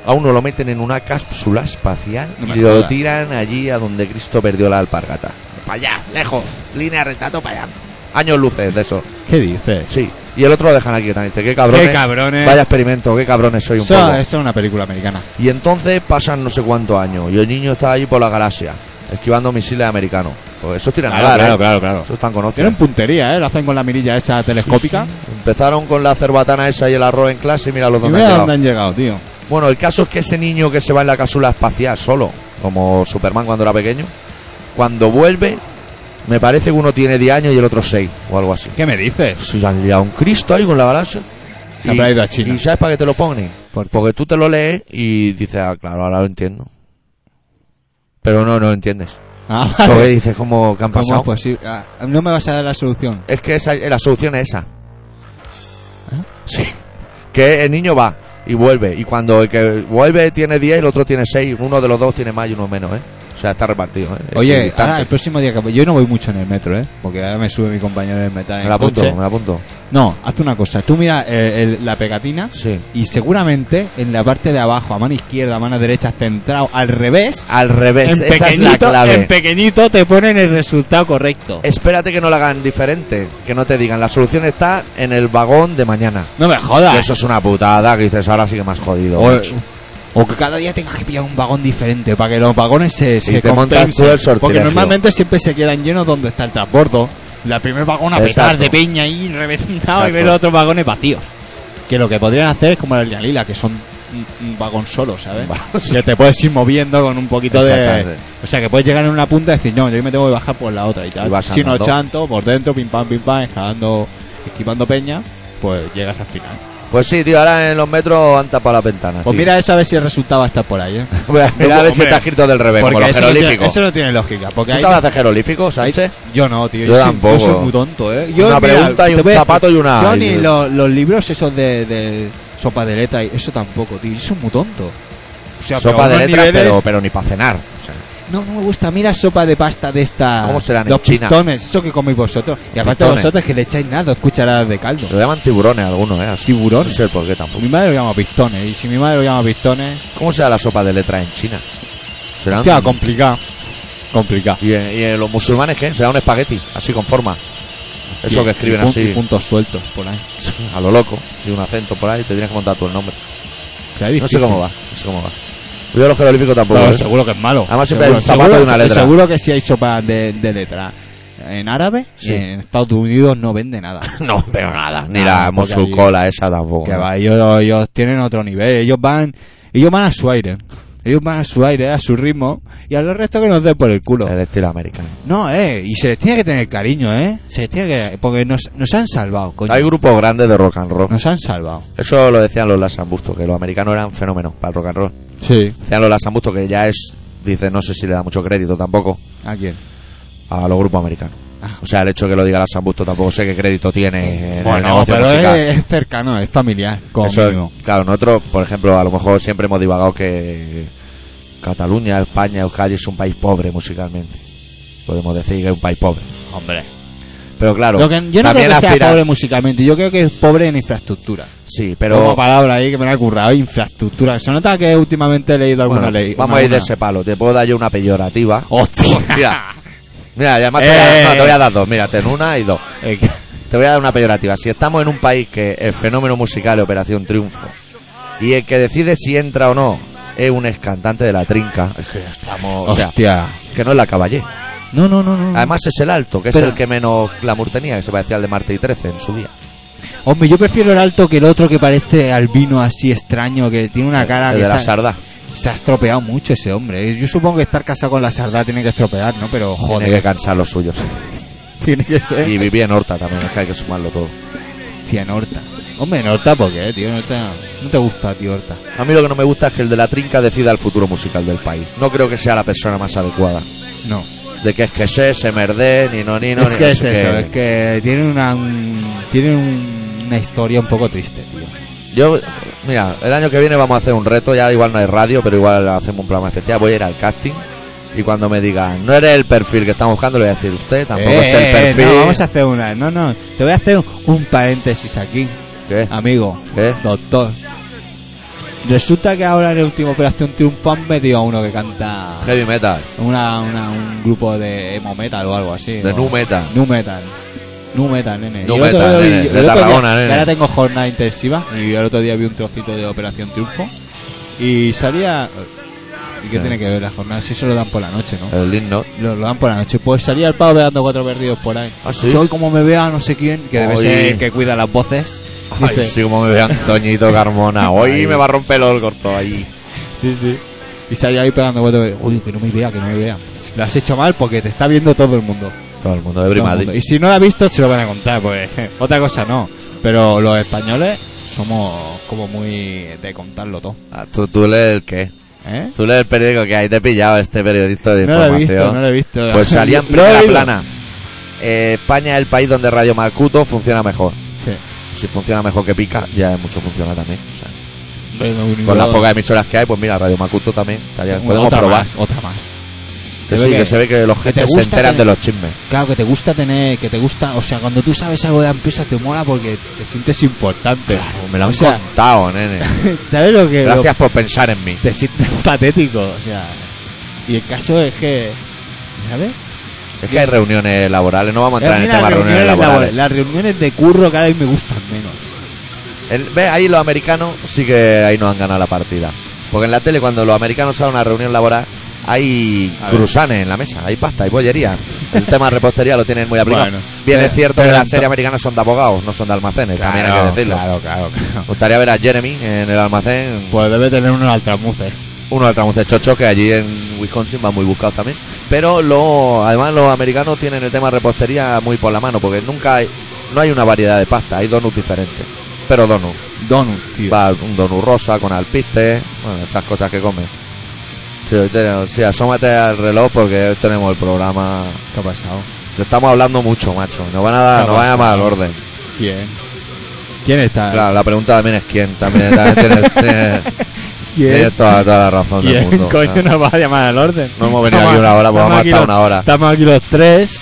a uno lo meten en una cápsula espacial No me y lo jodas. tiran allí a donde Cristo perdió la alpargata. Para allá, lejos, línea retato para allá. Años luces de eso, ¿Qué dices? sí. Y el otro lo dejan aquí también. Dice, qué cabrones. Qué cabrones. Vaya experimento, qué cabrones soy un Eso, poco. eso es una película americana. Y entonces pasan no sé cuántos años y el niño está allí por la galaxia, esquivando misiles americanos. Pues eso tiran a dar, ¿eh? claro, claro. Eso están con hostias. Tienen puntería, ¿eh? Lo hacen con la mirilla esa telescópica. Sí, sí. Empezaron con la cerbatana esa y el arroz en clase y mira los Y donde han mira llegado. dónde han llegado, tío. Bueno, el caso es que ese niño que se va en la cápsula espacial solo, como Superman cuando era pequeño, cuando vuelve, me parece que uno tiene 10 años y el otro 6 o algo así. ¿Qué me dices? Si han liado un Cristo ahí con la galaxia. Se habrá ido a China. ¿Y sabes para qué te lo ponen? Pues porque tú te lo lees y dices, ah, claro, ahora lo entiendo. Pero no, no lo entiendes. Ah, Porque dices, ¿cómo que han ¿Cómo pasado? es posible? Ah, no me vas a dar la solución. Es que esa, eh, la solución es esa. Sí. Que el niño va y vuelve. Y cuando el que vuelve tiene 10 y el otro tiene 6. Uno de los dos tiene más y uno menos, ¿eh? O sea, está repartido, ¿eh? Es Oye, equidistante. ahora, el próximo día que... Yo no voy mucho en el metro, ¿eh? Porque ahora me sube mi compañero del metal en me el la apunto, coche. me la apunto. No, haz una cosa. Tú mira eh, el- la pegatina Sí. y seguramente en la parte de abajo, a mano izquierda, a mano derecha, centrado, al revés... Al revés, en esa es la pequeñito- clave. En pequeñito te ponen el resultado correcto. Espérate que no la hagan diferente. Que no te digan, la solución está en el vagón de mañana. No me Que jodas. Eso es una putada que dices, ahora sí que más jodido. O, macho. o que cada día tengas que pillar un vagón diferente para que los vagones se, se te montas compensen. tú el sortilegio. Porque normalmente siempre se quedan llenos donde está el transbordo. La primer vagón a petar Exacto. de peña ahí reventado y Exacto. ver los otros vagones vacíos. Que lo que podrían hacer es como la línea lila, que son un, un vagón solo, ¿sabes? Que te puedes ir moviendo con un poquito de... Exactamente. O sea, que puedes llegar en una punta y decir, no, yo me tengo que bajar por la otra y Y tal. vas si no andando. chanto, por dentro, pim pam, pim pam, escalando, esquivando peña, pues llegas al final. Pues sí, tío, ahora en los metros han tapado la ventana. Pues mira eso a ver si el resultado está por ahí, ¿eh? mira a ver si Hombre. está escrito del revés, con los eso no, tiene, jeroglíficos. eso no tiene lógica. Porque ¿Tú ahí- sabes hacer jeroglíficos, Sánchez? yo no, tío. Yo soy- tampoco. soy muy tonto, ¿eh? Yo, Una mira, pregunta y te un voy a decir, zapato y una- Yo ni y- lo- los libros esos de, de sopa de letra, y eso tampoco, tío. Yo soy muy tonto. O sea, Sopa de pero unos letras, niveles- pero, pero ni para cenar. O sea, No, no me gusta. Mira sopa de pasta de esta. ¿Cómo serán en Los China? pistones, eso que coméis vosotros. Y aparte Pistones. vosotros que le echáis nada, dos cucharadas de caldo. lo llaman tiburones algunos, ¿eh? Así. Tiburones. No sé el por qué tampoco. Mi madre lo llama pistones. Y si mi madre lo llama pistones. ¿Cómo será la sopa de letras en China? Serán... Hostia, complicado. Complicado. ¿Y, en, y en los musulmanes qué? Será un espagueti, así con forma. Eso Y- que escriben y pun- y así, puntos sueltos por ahí. a lo loco, y un acento por ahí, te tienes que montar tú el nombre. O sea, es No sé difícil. cómo va, no sé cómo va. Yo los jeroglíficos tampoco. Pero ¿eh? seguro que es malo. Además, siempre hay seguro, un zapato seguro- de una letra. Seguro que si hay sopa de, de letra en árabe, Sí. en Estados Unidos no vende nada. No pero nada, ni Nada, la porque mosucola esa tampoco. que ¿no? va, ellos, ellos tienen otro nivel. Ellos van, ellos van a su aire. Ellos van a su aire, a su ritmo. Y a los restos que nos den por el culo. El estilo americano. No, eh. Y se les tiene que tener cariño, eh. Se les tiene que. Porque nos, nos han salvado, coño. Hay grupos grandes de rock and roll. Nos han salvado. Eso lo decían los Lasambusto, que los americanos eran fenómenos para el rock and roll. Sí. Decían los Lasambusto, que ya es, dice, no sé si le da mucho crédito tampoco ¿A quién? a los grupos americanos. Ah. O sea, el hecho de que lo diga Lasambusto tampoco sé qué crédito tiene en el Bueno, negocio Eh, pero musical. es, es cercano, es familiar. Como Eso es- mínimo. claro, nosotros, por ejemplo, a lo mejor siempre hemos divagado que Cataluña, España, Euskadi es un país pobre musicalmente. Podemos decir que es un país pobre. Hombre. Pero claro, Lo que- yo no también creo que sea aspirar- pobre musicalmente, yo creo que es pobre en infraestructura. Sí, Como pero palabra ahí que me la he currado, infraestructura. Se nota que últimamente he leído alguna Bueno, ley. Vamos a ir de ese palo. Te puedo dar yo una peyorativa. Hostia. Hostia. Mira, además te, voy a, Eh. no, te voy a dar dos. Mírate, en una y dos. Eh, que- Te voy a dar una peyorativa. Si estamos en un país que el fenómeno musical es Operación Triunfo y el que decide si entra o no es un ex cantante de la trinca, es que estamos. O sea, Hostia. que no es la caballé. No, no, no, no. no. Además es el alto, que es Pero- el que menos glamour tenía, que se parecía al de Marte y 13 en su día. Hombre, yo prefiero el alto que el otro que parece albino así extraño, que tiene una cara el Ah, que de la se ha- sarda. se ha estropeado mucho ese hombre. ¿eh? Yo supongo que estar casado con la sarda tiene que estropear, ¿no? Pero Tiene que joder, ¿Eh? cansar los suyos. tiene que ser. Y vivía en Horta también, es que hay que sumarlo todo. Hostia, en Horta. Hombre, en Horta, ¿por qué, tío? En Horta- No te gusta, tío, Horta. A mí lo que no me gusta es que el de la trinca decida el futuro musical del país. No creo que sea la persona más adecuada. No. De que es que sé, se merde, ni no, ni no, es ni que no es sé eso, qué. es que tiene una, un- tiene un- una historia un poco triste, tío. Yo, mira, el año que viene vamos a hacer un reto, ya igual no hay radio, pero igual hacemos un programa especial, voy a ir al casting y cuando me digan, no eres el perfil que estamos buscando, le voy a decir usted, tampoco Eh, es el eh, perfil. no, vamos a hacer una. No, no, te voy a hacer un paréntesis aquí, Eh. ¿Qué? amigo, ¿Qué? doctor. Resulta que ahora en la última operación triunfo han metido a uno que canta Heavy metal, una, una- un grupo de emo metal o algo así. de ¿no? nu metal. Nu metal. Nu metal, nene. Nu Y el otro metal, día- nene. y el De otro día- Tarragona, nene. que Ahora tengo jornada intensiva y el otro día vi un trocito de Operación Triunfo y salía... ¿Y qué Sí. tiene que ver la jornada? Si eso lo dan por la noche, ¿no? El himno. Lo, lo dan por la noche. Pues salía el pavo pegando cuatro perdidos por ahí. Ah, sí. Soy como me vea no sé quién, que debe Oye. ser el que cuida las voces. Ay, Dice, sí, como me vean Toñito Carmona. Hoy Ay. me va a romper el corto ahí. sí, sí. Y salía ahí pegando cuatro perdidos. Uy, que no me vea, que no me vea. Lo has hecho mal porque te está viendo todo el mundo. Todo el mundo de Todo el Brimadri. mundo. Y si no la ha visto, se lo van a contar, pues otra cosa no. Pero los españoles somos como muy de contarlo todo. Ah, tú, tú lees el qué. ¿Eh? Tú lees el periódico que hay. Te he pillado este periodista de No lo he información. visto, no lo he visto. Pues salía en Lo he primera oído. plana. Eh, España es el país donde Radio Macuto funciona mejor. Sí. Si funciona mejor que Pica, ya es mucho funciona también. o sea, Bueno, con las yo- pocas emisoras que hay, pues mira, Radio Macuto también. estaría- una- podemos otra probar. más, otra más. Que Se sí, ve que que- se ve que los que te jefes se gusta enteran tener- de los chismes. Claro, que te gusta tener, que te gusta, o sea, cuando tú sabes algo de la empresa te mola porque te sientes importante. Me lo han o sea, contado, nene. ¿sabes lo que? lo- Gracias por pensar en mí. te sientes patético, o sea. Y el caso es que, ¿sabes? Es que hay reuniones laborales, no vamos a entrar A en mí el las tema de reuniones reuniones laborales. labor- las reuniones de curro cada vez me gustan menos. El- ¿Ves? Ahí los americanos sí que ahí nos han ganado la partida. Porque en la tele, cuando los americanos salen a una reunión laboral, hay A ver. cruzanes en la mesa, hay pasta, hay bollería. El tema de repostería lo tienen muy aplicado. Bueno, Bien, pero- es cierto que pero las ento- series americanas son de abogados, no son de almacenes, también hay que decirlo. Claro, claro, claro. Me gustaría ver a Jeremy en el almacén, Pues debe tener unos altramuces. uno de Tramuces Chocho, que allí en Wisconsin va muy buscado también. Pero lo, además los americanos tienen el tema de repostería muy por la mano, porque nunca hay, no hay una variedad de pasta, hay donuts diferentes. Pero donuts. Donuts, tío. Va un donut rosa con alpiste, bueno, esas cosas que comen. Sí, hoy tenemos- sí, asómate al reloj porque hoy tenemos el programa. ¿Qué ha pasado? Te estamos hablando mucho, macho. Nos van a dar, Claro, nos van a llamar al sí. orden. ¿Quién? ¿Quién está? Claro, la pregunta también es quién. También, también tienes, tienes- ¿Quién? tienes toda, toda la razón del ¿Quién mundo. coño claro. nos va a llamar al orden? No hemos venido aquí una hora, pues estamos vamos a aquí estar los- una hora. Estamos aquí los tres.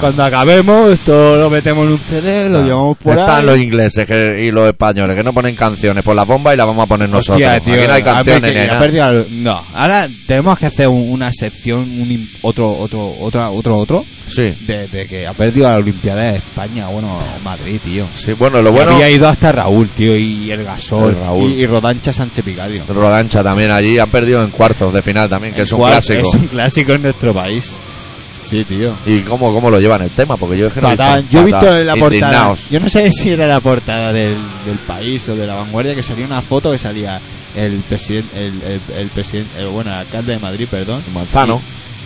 Cuando acabemos, esto lo metemos en un CD, lo Claro. llevamos por Están ahí. los ingleses que- y los españoles que no ponen canciones por las bombas y las vamos a poner nosotros. Hostia, tío, Aquí no hay ha canciones, perdido- nena. ha perdido al- No, ahora tenemos que hacer un- una sección, un, im- otro, otro, otra, otro, otro, Sí, de, de que ha perdido a la Olimpiada de España, bueno, Madrid, tío. sí. Bueno, lo Y bueno. Había ido hasta Raúl, tío, y el Gasol, El Raúl. Y, y Rodancha Sánchez Picario. Rodancha también allí. Han perdido en cuartos de final también, que El es un cual clásico. Es un clásico en nuestro país. Sí, tío. ¿Y cómo, cómo lo llevan el tema? Porque yo es que no Fatal. Yo he visto fatal. en la portada. Indignaos. Yo no sé si era la portada del, del país o de la vanguardia que salía una foto que salía el presidente, el, el, el presidente, el- bueno, el alcalde de Madrid, perdón. Manzano,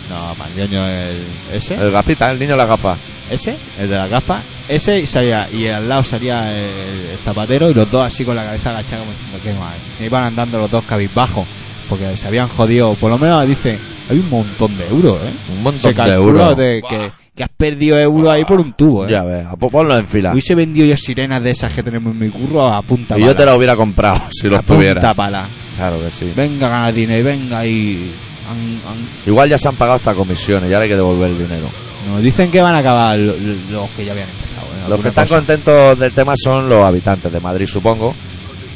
No, Mangueño, el, ese, el gafita, el niño de la gafa. ese, el de la gafa, ese y salía, y al lado salía el, el zapatero y los dos así con la cabeza agachada como diciendo que mal. E Iban andando los dos cabizbajos porque se habían jodido, por lo menos dice, hay un montón de euros, eh. Un montón Se de calcula euros. de que, que has perdido euros ahí por un tubo, eh. Ya ves, a- ponlo en fila. Hubiese vendido yo sirenas de esas que tenemos en mi curro a punta Y pala. yo te la hubiera comprado si a los tuviera. punta pala. Claro que sí. Venga, gana dinero, venga y... an- an- Igual ya se han pagado estas comisiones y ahora hay que devolver el dinero. Nos dicen que van a acabar lo- lo- los que ya habían empezado. eh, Los que alguna están cosa. contentos del tema son los habitantes de Madrid, supongo.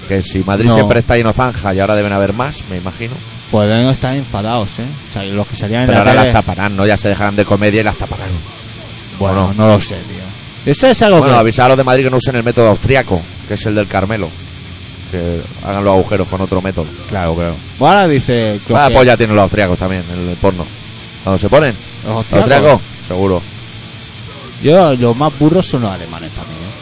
Que si Madrid No. siempre está y no zanja y ahora deben haber más, me imagino. Pues los niños están enfadados, ¿eh? O sea, los que salían en Pero la ahora tele- las taparán, ¿no? Ya se dejarán de comedia y las taparán. Bueno, ¿o no lo sé, tío. Eso es algo Bueno, que... avisar a los de Madrid que no usen el método austriaco, que es el del Carmelo. Que hagan los agujeros con otro método. Claro, claro. Bueno, ahora dice... los Ah, que- pues ya tienen los austriacos también, en el porno. Cuando se ponen, los los austriacos. austriacos, seguro. pues, Yo, los más burros son los alemanes también, ¿eh?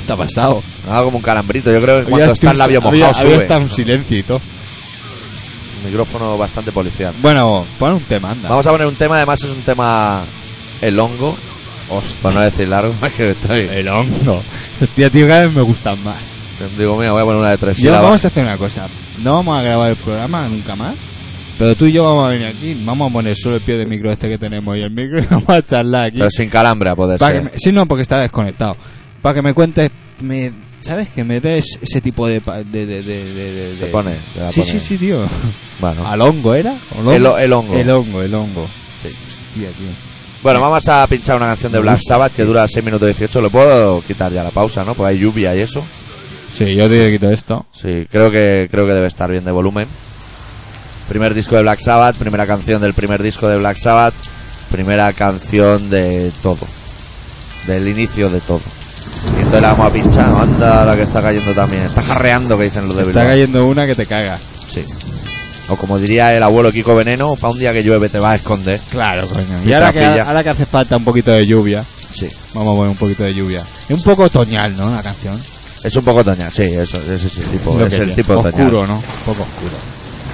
¿Qué te ha pasado? Hago como un calambrito. Yo creo que cuando está el labio mojado sube. un silencio y todo. Micrófono bastante policial. Bueno, pon un tema, anda. Vamos a poner un tema, además es un tema el hongo, por no decir largo, es que estoy. El hongo. Hostia, tío, cada vez me gustan más. Digo, mira, voy a poner una de tres Yo, sílabas. vamos a hacer una cosa. No vamos a grabar el programa nunca más. Pero tú y yo vamos a venir aquí. Vamos a poner solo el pie de micro este que tenemos y el micro y vamos a charlar aquí. Pero sin calambre a poder Para ser. que me- sí, no, porque está desconectado. Para que me cuentes, me, ¿sabes? Que me des ese tipo de... pa- de, de, de, de- de- Te de- pone, te la Sí, pone. sí, sí, tío. Bueno, ¿Al hongo era? ¿O no? el, el hongo. El hongo, el hongo. Sí. Hostia, tío. Bueno, vamos a pinchar una canción de Black Sabbath que dura 6 minutos 18. Lo puedo quitar ya la pausa, ¿no? Porque hay lluvia y eso. Sí, yo te quito esto. Sí, creo que, creo que debe estar bien de volumen. Primer disco de Black Sabbath, primera canción del primer disco de Black Sabbath, primera canción de todo. Del inicio de todo. Y entonces la vamos a pinchar, anda la que está cayendo también. Está jarreando que dicen los de Está Bilbao. cayendo una que te caga. Sí. O como diría el abuelo Kiko Veneno, para un día que llueve te vas a esconder. Claro, coño. Y Y ahora que, trapilla. ahora que hace falta un poquito de lluvia, Sí. vamos a poner un poquito de lluvia. Es un poco otoñal, ¿no? La canción. Es un poco toña, sí, eso, ese es el tipo, Lo Pues es que el sea. tipo de toñal. Oscuro, ¿no? Un poco oscuro.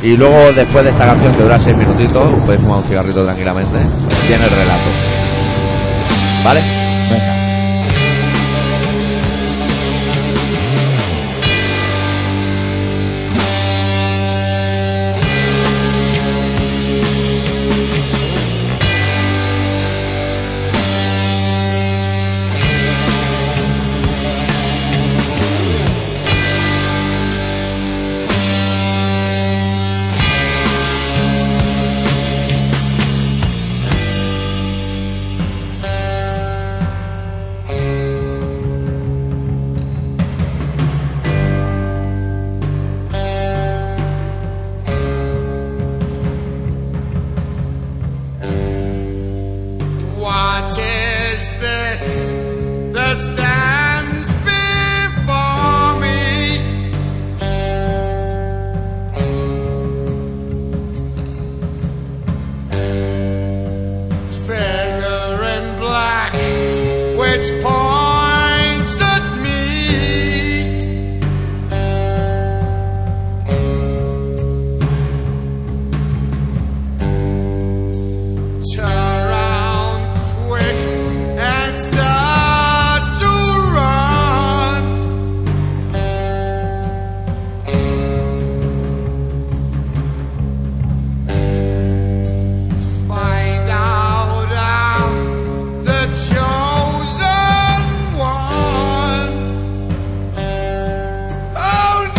Y luego, después de esta canción que dura 6 minutitos, puedes fumar un cigarrito tranquilamente. Tiene el relato. ¿Vale? Venga. What is this that stands before me? Figure in black, which points at me. Turn around quick and start to run. Find out I'm the chosen Oh,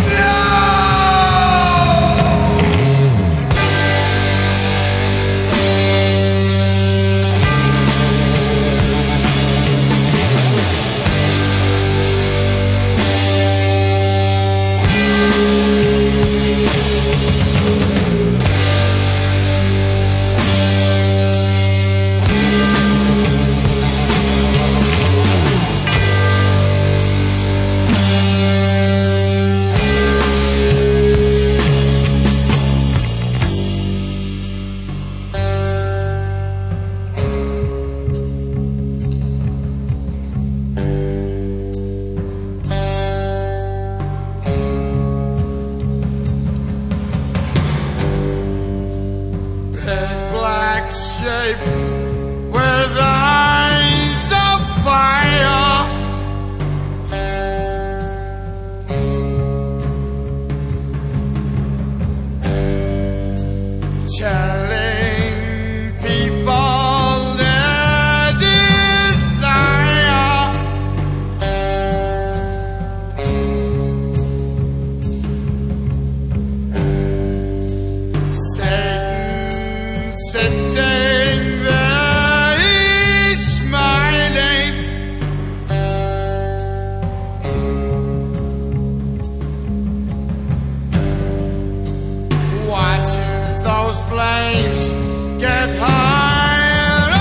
Oh,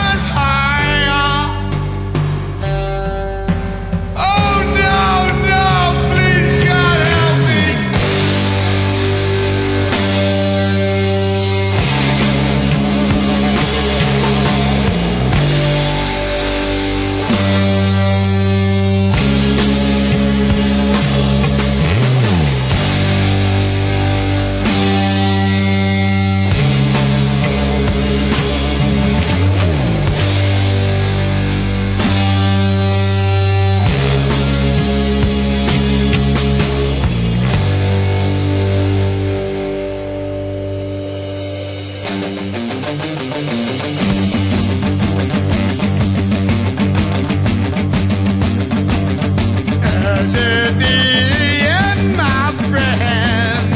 As in the end, my friend,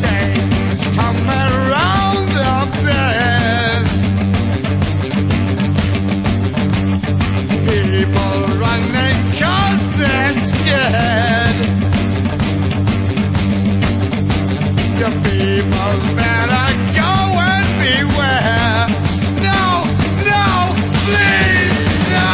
things come around the bend. People running 'cause they're scared. The people better go and beware. No, no, please, no.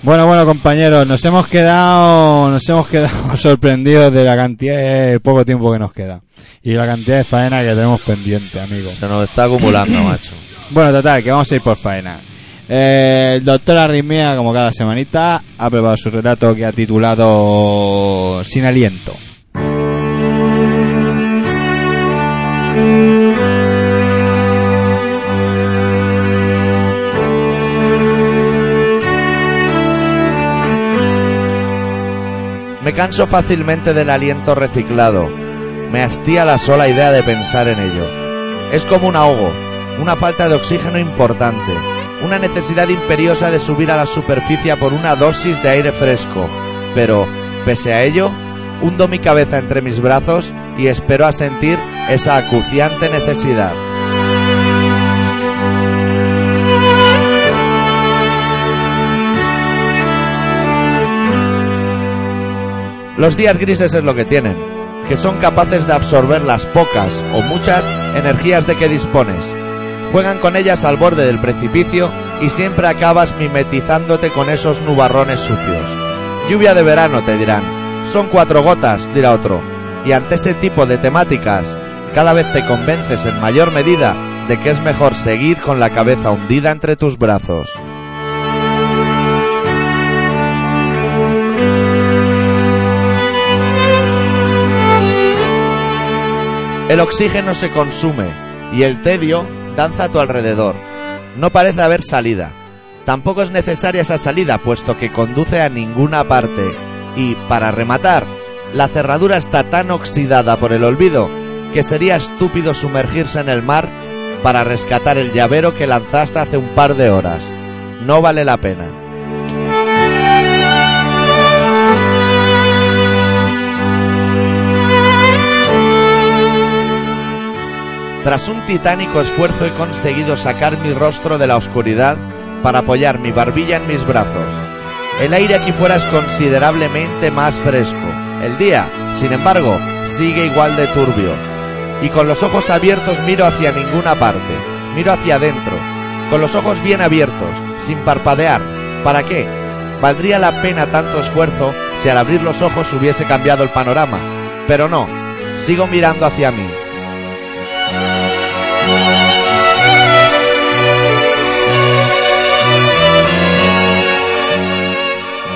Bueno, bueno, compañeros, nos hemos quedado, nos hemos quedado sorprendidos de la cantidad de poco tiempo que nos queda y la cantidad de faena que tenemos pendiente, amigos. Se nos está acumulando, macho. Bueno, total, que vamos a ir por faena. Eh, el doctor Arritmia, como cada semanita, ha preparado su relato que ha titulado Sin aliento. Me canso fácilmente del aliento reciclado. Me hastía la sola idea de pensar en ello. Es como un ahogo, una falta de oxígeno importante, una necesidad imperiosa de subir a la superficie por una dosis de aire fresco. Pero, pese a ello, hundo mi cabeza entre mis brazos y espero a sentir esa acuciante necesidad. Los días grises es lo que tienen, que son capaces de absorber las pocas o muchas energías de que dispones. Juegan con ellas al borde del precipicio y siempre acabas mimetizándote con esos nubarrones sucios. Lluvia de verano, te dirán. Son cuatro gotas, dirá otro. Y ante ese tipo de temáticas, cada vez te convences en mayor medida de que es mejor seguir con la cabeza hundida entre tus brazos. El oxígeno se consume y el tedio danza a tu alrededor. No parece haber salida. Tampoco es necesaria esa salida, puesto que conduce a ninguna parte. Y, para rematar, la cerradura está tan oxidada por el olvido que sería estúpido sumergirse en el mar para rescatar el llavero que lanzaste hace un par de horas. No vale la pena. Tras un titánico esfuerzo he conseguido sacar mi rostro de la oscuridad para apoyar mi barbilla en mis brazos. El aire aquí fuera es considerablemente más fresco. El día, sin embargo, sigue igual de turbio. Y con los ojos abiertos miro hacia ninguna parte. Miro hacia adentro. Con los ojos bien abiertos, sin parpadear. ¿Para qué? Valdría la pena tanto esfuerzo si al abrir los ojos hubiese cambiado el panorama. Pero no, sigo mirando hacia mí.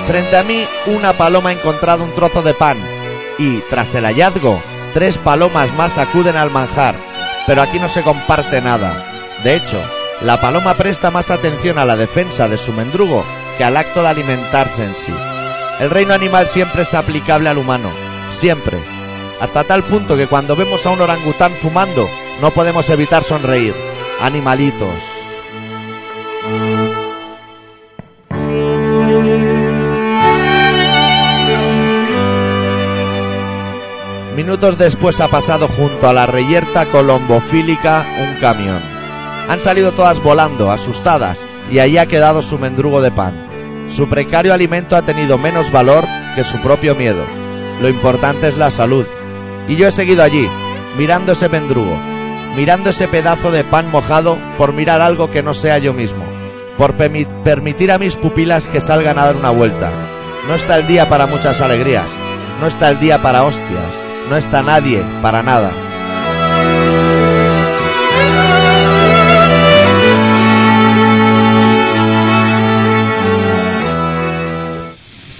Frente a mí, una paloma ha encontrado un trozo de pan. Y, tras el hallazgo, tres palomas más acuden al manjar. Pero aquí no se comparte nada. De hecho, La paloma presta más atención a la defensa de su mendrugo que al acto de alimentarse en sí. El reino animal siempre es aplicable al humano, siempre. Hasta tal punto que cuando vemos a un orangután fumando, no podemos evitar sonreír. Animalitos. Minutos después ha pasado junto a la reyerta colombofílica un camión. Han salido todas volando, asustadas, y ahí ha quedado su mendrugo de pan. Su precario alimento ha tenido menos valor que su propio miedo. Lo importante es la salud. Y yo he seguido allí, mirando ese mendrugo, mirando ese pedazo de pan mojado por mirar algo que no sea yo mismo, por permi- permitir a mis pupilas que salgan a dar una vuelta. No está el día para muchas alegrías, no está el día para hostias, no está nadie para nada.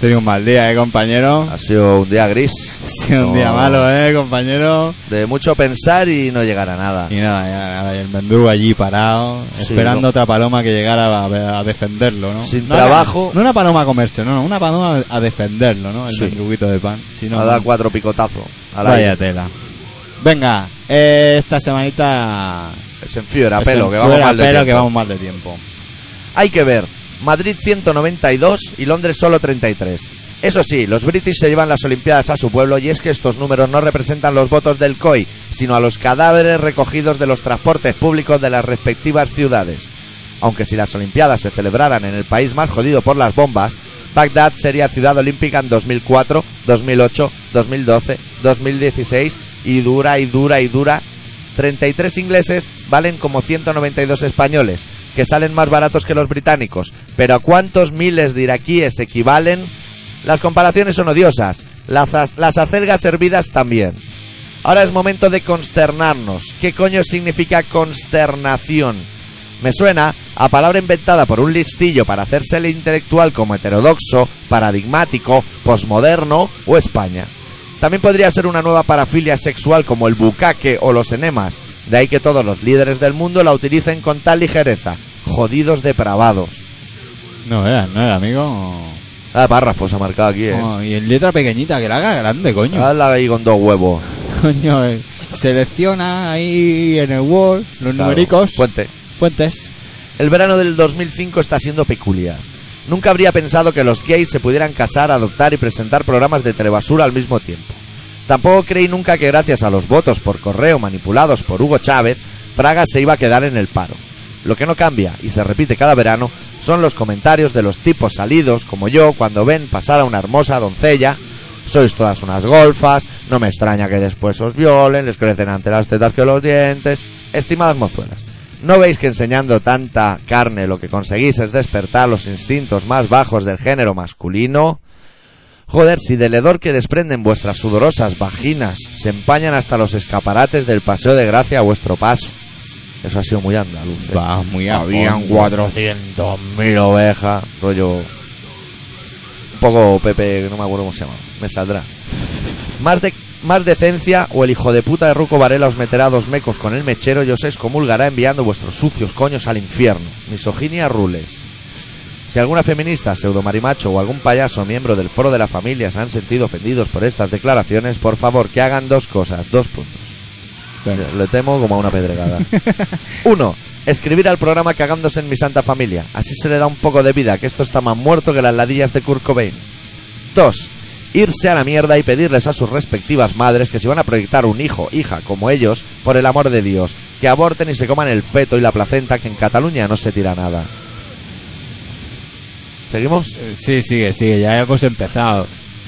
Tenía un mal día, eh, compañero. Ha sido un día gris. Ha sido un día No, malo, eh, compañero. De mucho pensar y no llegar a nada. Y nada, ya, nada, y el mendrugo allí parado, Sí, esperando no. otra paloma que llegara a, a defenderlo, ¿no? Sin No trabajo. una- no una paloma a comerse, no, no, una paloma a defenderlo, ¿no? El Sí. mendruguito de pan. Si no, Ha dado cuatro picotazos. A la vaya tela. Venga, eh, esta semanita... Se enfiora, es pelo, en que vamos fuera mal de pelo, tiempo. que vamos mal de tiempo. Hay que ver. Madrid 192 y Londres solo 33. Eso sí, los british se llevan las Olimpiadas a su pueblo y es que estos números no representan los votos del COI, sino a los cadáveres recogidos de los transportes públicos de las respectivas ciudades. Aunque si las Olimpiadas se celebraran en el país más jodido por las bombas, Bagdad sería ciudad olímpica en 2004, 2008, 2012, 2016 y dura y dura y dura 33 ingleses valen como 192 españoles, que salen más baratos que los británicos. Pero ¿a cuántos miles de iraquíes equivalen? Las comparaciones son odiosas. Las, az- las acelgas hervidas también. Ahora es momento de consternarnos. ¿Qué coño significa consternación? Me suena a palabra inventada por un listillo para hacerse el intelectual como heterodoxo, paradigmático, posmoderno o España. También podría ser una nueva parafilia sexual como el bucaque o los enemas, de ahí que todos los líderes del mundo la utilicen con tal ligereza. Jodidos depravados. No veas, no era, amigo. Ah, párrafos ha marcado aquí, eh. Oh, y en letra pequeñita, que la haga grande, coño. Hazla ahí con dos huevos. Coño, eh, selecciona ahí en el Word los Claro. numericos, Fuente. fuentes. El verano del 2005 está siendo peculiar. Nunca habría pensado que los gays se pudieran casar, adoptar y presentar programas de telebasura al mismo tiempo. Tampoco creí nunca que gracias a los votos por correo manipulados por Hugo Chávez, Fraga se iba a quedar en el paro. Lo que no cambia, y se repite cada verano, son los comentarios de los tipos salidos como yo cuando ven pasar a una hermosa doncella. Sois todas unas golfas, no me extraña que después os violen, les crecen ante las tetas que los dientes. Estimadas mozuelas, ¿No veis que enseñando tanta carne lo que conseguís es despertar los instintos más bajos del género masculino? Joder, si del hedor que desprenden vuestras sudorosas vaginas se empañan hasta los escaparates del Paseo de Gracia a vuestro paso. Eso ha sido muy andaluz. ¿eh? Va, muy a Habían fondo. 400.000 ovejas. Rollo. Un poco Pepe, que no me acuerdo cómo se llama. Me saldrá. Más, de, más decencia o el hijo de puta de Ruco Varela os meterá dos mecos con el mechero y os excomulgará enviando vuestros sucios coños al infierno. Misoginia rules. Si alguna feminista, pseudomarimacho o algún payaso miembro del foro de la familia se han sentido ofendidos por estas declaraciones, por favor que hagan dos cosas, dos puntos. Venga. Le temo como a una pedregada. Uno, escribir al programa cagándose en mi santa familia. Así se le da un poco de vida, que esto está más muerto que las ladillas de Kurt Cobain. Dos, irse a la mierda y pedirles a sus respectivas madres que si van a proyectar un hijo, hija, como ellos, por el amor de Dios, que aborten y se coman el feto y la placenta, que en Cataluña no se tira nada. ¿Seguimos? Eh, Sí, sigue, sigue, ya hemos empezado.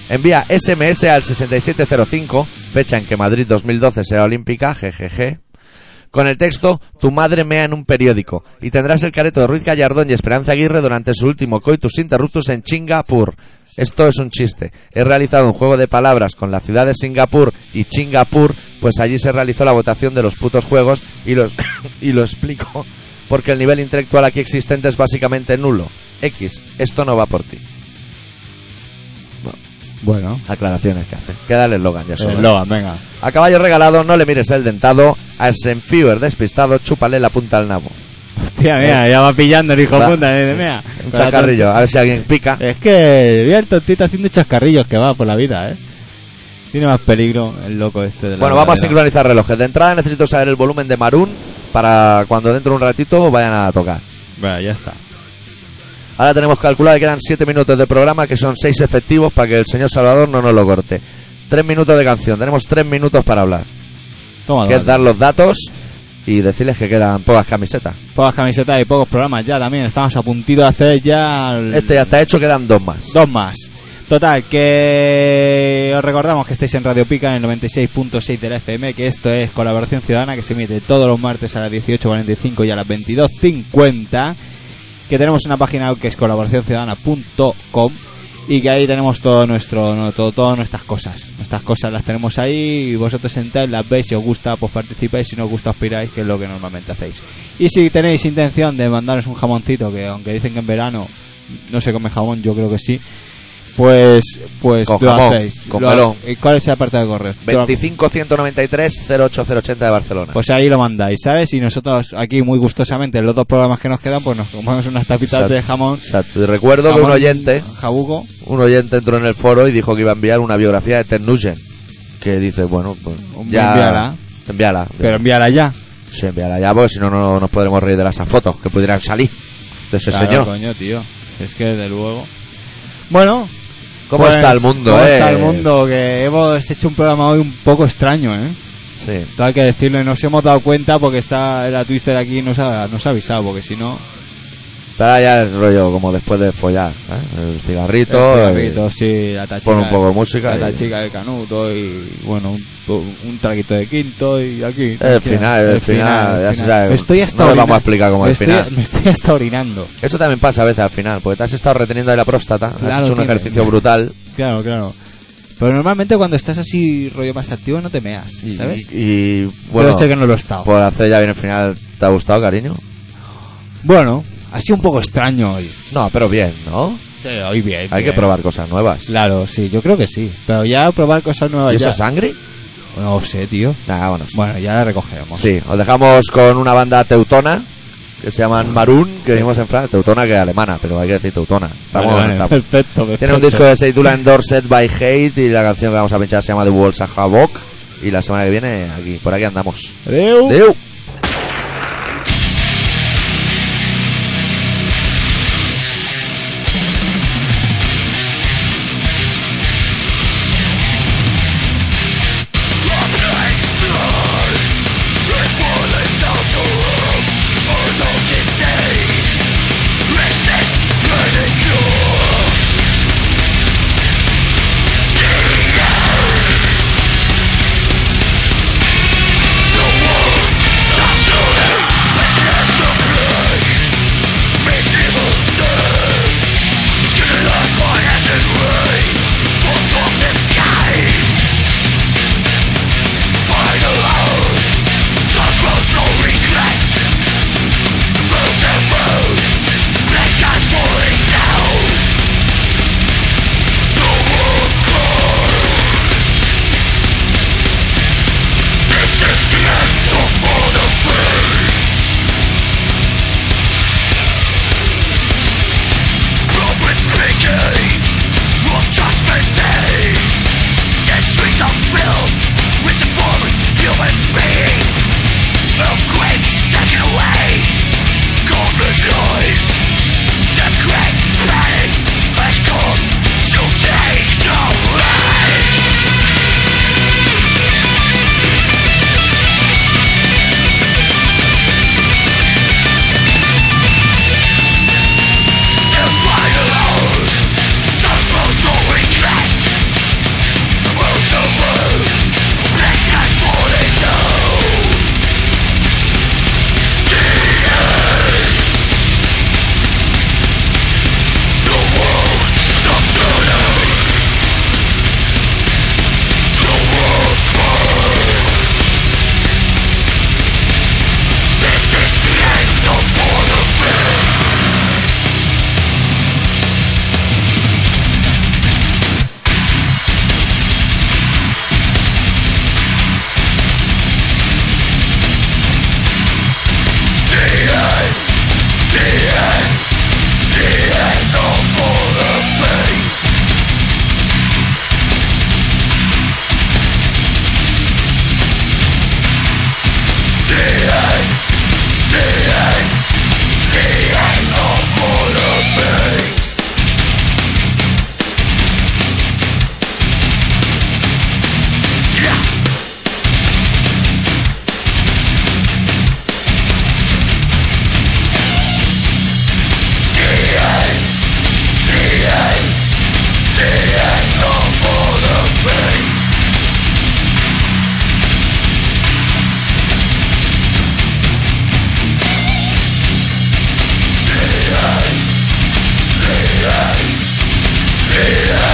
Envía SMS al 6705, fecha en que Madrid 2012 será olímpica, GGG, con el texto Tu madre mea en un periódico y tendrás el careto de Ruiz Gallardón y Esperanza Aguirre durante su último coitus interruptus en Singapur. Esto es un chiste. He realizado un juego de palabras con la ciudad de Singapur y Singapur, pues allí se realizó la votación de los putos juegos y los y lo explico porque el nivel intelectual aquí existente es básicamente nulo. X, esto no va por ti. Bueno, eh, Aclaraciones que hace. Queda el eslogan ya eso, sobra. Logan, venga. A caballo regalado, no le mires el dentado. A Senfiewer despistado, chúpale la punta al nabo. Hostia, mira, ya va pillando el hijo Va, punta. eh, sí. mira. Eh, Un chacarrillo, a ver si alguien pica. Es que vi al tontito haciendo chascarrillos que va por la vida, ¿eh? Tiene más peligro el loco este de la Bueno, vamos a verdadera. sincronizar relojes. De entrada necesito saber el volumen de Marún para cuando dentro de un ratito vayan a tocar. Bueno, ya está. Ahora tenemos calculado que quedan 7 minutos de programa, que son 6 efectivos para que el señor Salvador no nos lo corte. 3 minutos de canción, tenemos 3 minutos para hablar. Toma, que es dar los datos y decirles que quedan pocas camisetas. Pocas camisetas y pocos programas ya también. Estamos a puntito de hacer ya. el- Este ya está hecho, quedan dos más. Dos más. Total, que os recordamos que estáis en Radio Pica en el 96.6 de la FM, que esto es Colaboración Ciudadana, que se emite todos los martes a las 18.45 y a las 22.50, que tenemos una página web que es colaboracionciudadana.com y que ahí tenemos todo nuestro, no, todo, todas nuestras cosas. Nuestras cosas las tenemos ahí y vosotros sentáis, las veis, si os gusta, pues participáis, si no os gusta, os piráis, que es lo que normalmente hacéis. Y si tenéis intención de mandaros un jamoncito, que aunque dicen que en verano no se come jamón, yo creo que sí, pues, pues Con lo jamón, hacéis. con Lo- melón. ¿Y ¿Cuál es el apartado de correo? Yo lo- 25-193-08080 de Barcelona. pues ahí lo mandáis, ¿sabes? Y nosotros aquí muy gustosamente, en los dos programas que nos quedan, pues nos comemos unas tapitas Exacto. de jamón. O sea, te recuerdo que jamón un oyente, Jabugo. un oyente entró en el foro y dijo que iba a enviar una biografía de Ted Nugent. Que dice, bueno, pues Hombre, ya... envíala. Envíala. Pero envíala ya. Sí, envíala ya, porque si no, no nos podremos reír de las fotos que pudieran salir de ese Claro, señor. coño, tío. Es que de luego. Bueno. ¿Cómo pues, está el mundo, ¿Cómo eh? está el mundo? Que hemos hecho un programa hoy un poco extraño, ¿eh? Sí. Todo hay que decirlo. Y nos hemos dado cuenta porque está la Twister aquí y nos ha, nos ha avisado, porque si no. Ahora ya es rollo como después de follar, ¿eh? El cigarrito, eh, el perrito, sí, la tachica. pon un poco de música La y- tachica de Canuto y, bueno, un, un traguito de quinto y aquí. El final, el final, ya se sabe. Estoy hasta No le vamos orinando. a explicar cómo es el Estoy- final. Me estoy hasta orinando. eh. Eso también pasa a veces al final, porque te has estado reteniendo ahí la próstata, has Claro, hecho un tiene- ejercicio brutal Claro, claro. Pero normalmente cuando estás así rollo más activo no te meas, y, ¿sabes? y, bueno, pues- Puede ser que no lo he estado. por hacer ya bien el final, ¿te ha gustado, cariño? Bueno, ha sido un poco extraño hoy. No, pero bien, ¿no? Sí, hoy bien. Hay que probar cosas nuevas. Claro, sí, yo creo que sí. Pero ya probar cosas nuevas. ¿Y ya- esa sangre? No sé, tío. Nah, vámonos. Bueno, ya la recogeremos. Sí, os dejamos con una banda teutona que se llaman Maroon, que vimos en Francia. Teutona que es alemana, pero hay que decir teutona. Estamos, Vale, vale, estamos- perfecto, perfecto. Tiene un disco que se titula Endorsed by Hate y la canción que vamos a pinchar se llama The Walls of Havoc. Y la semana que viene, aquí, por aquí andamos. Adeu. ¡Adeu! Havoc. me.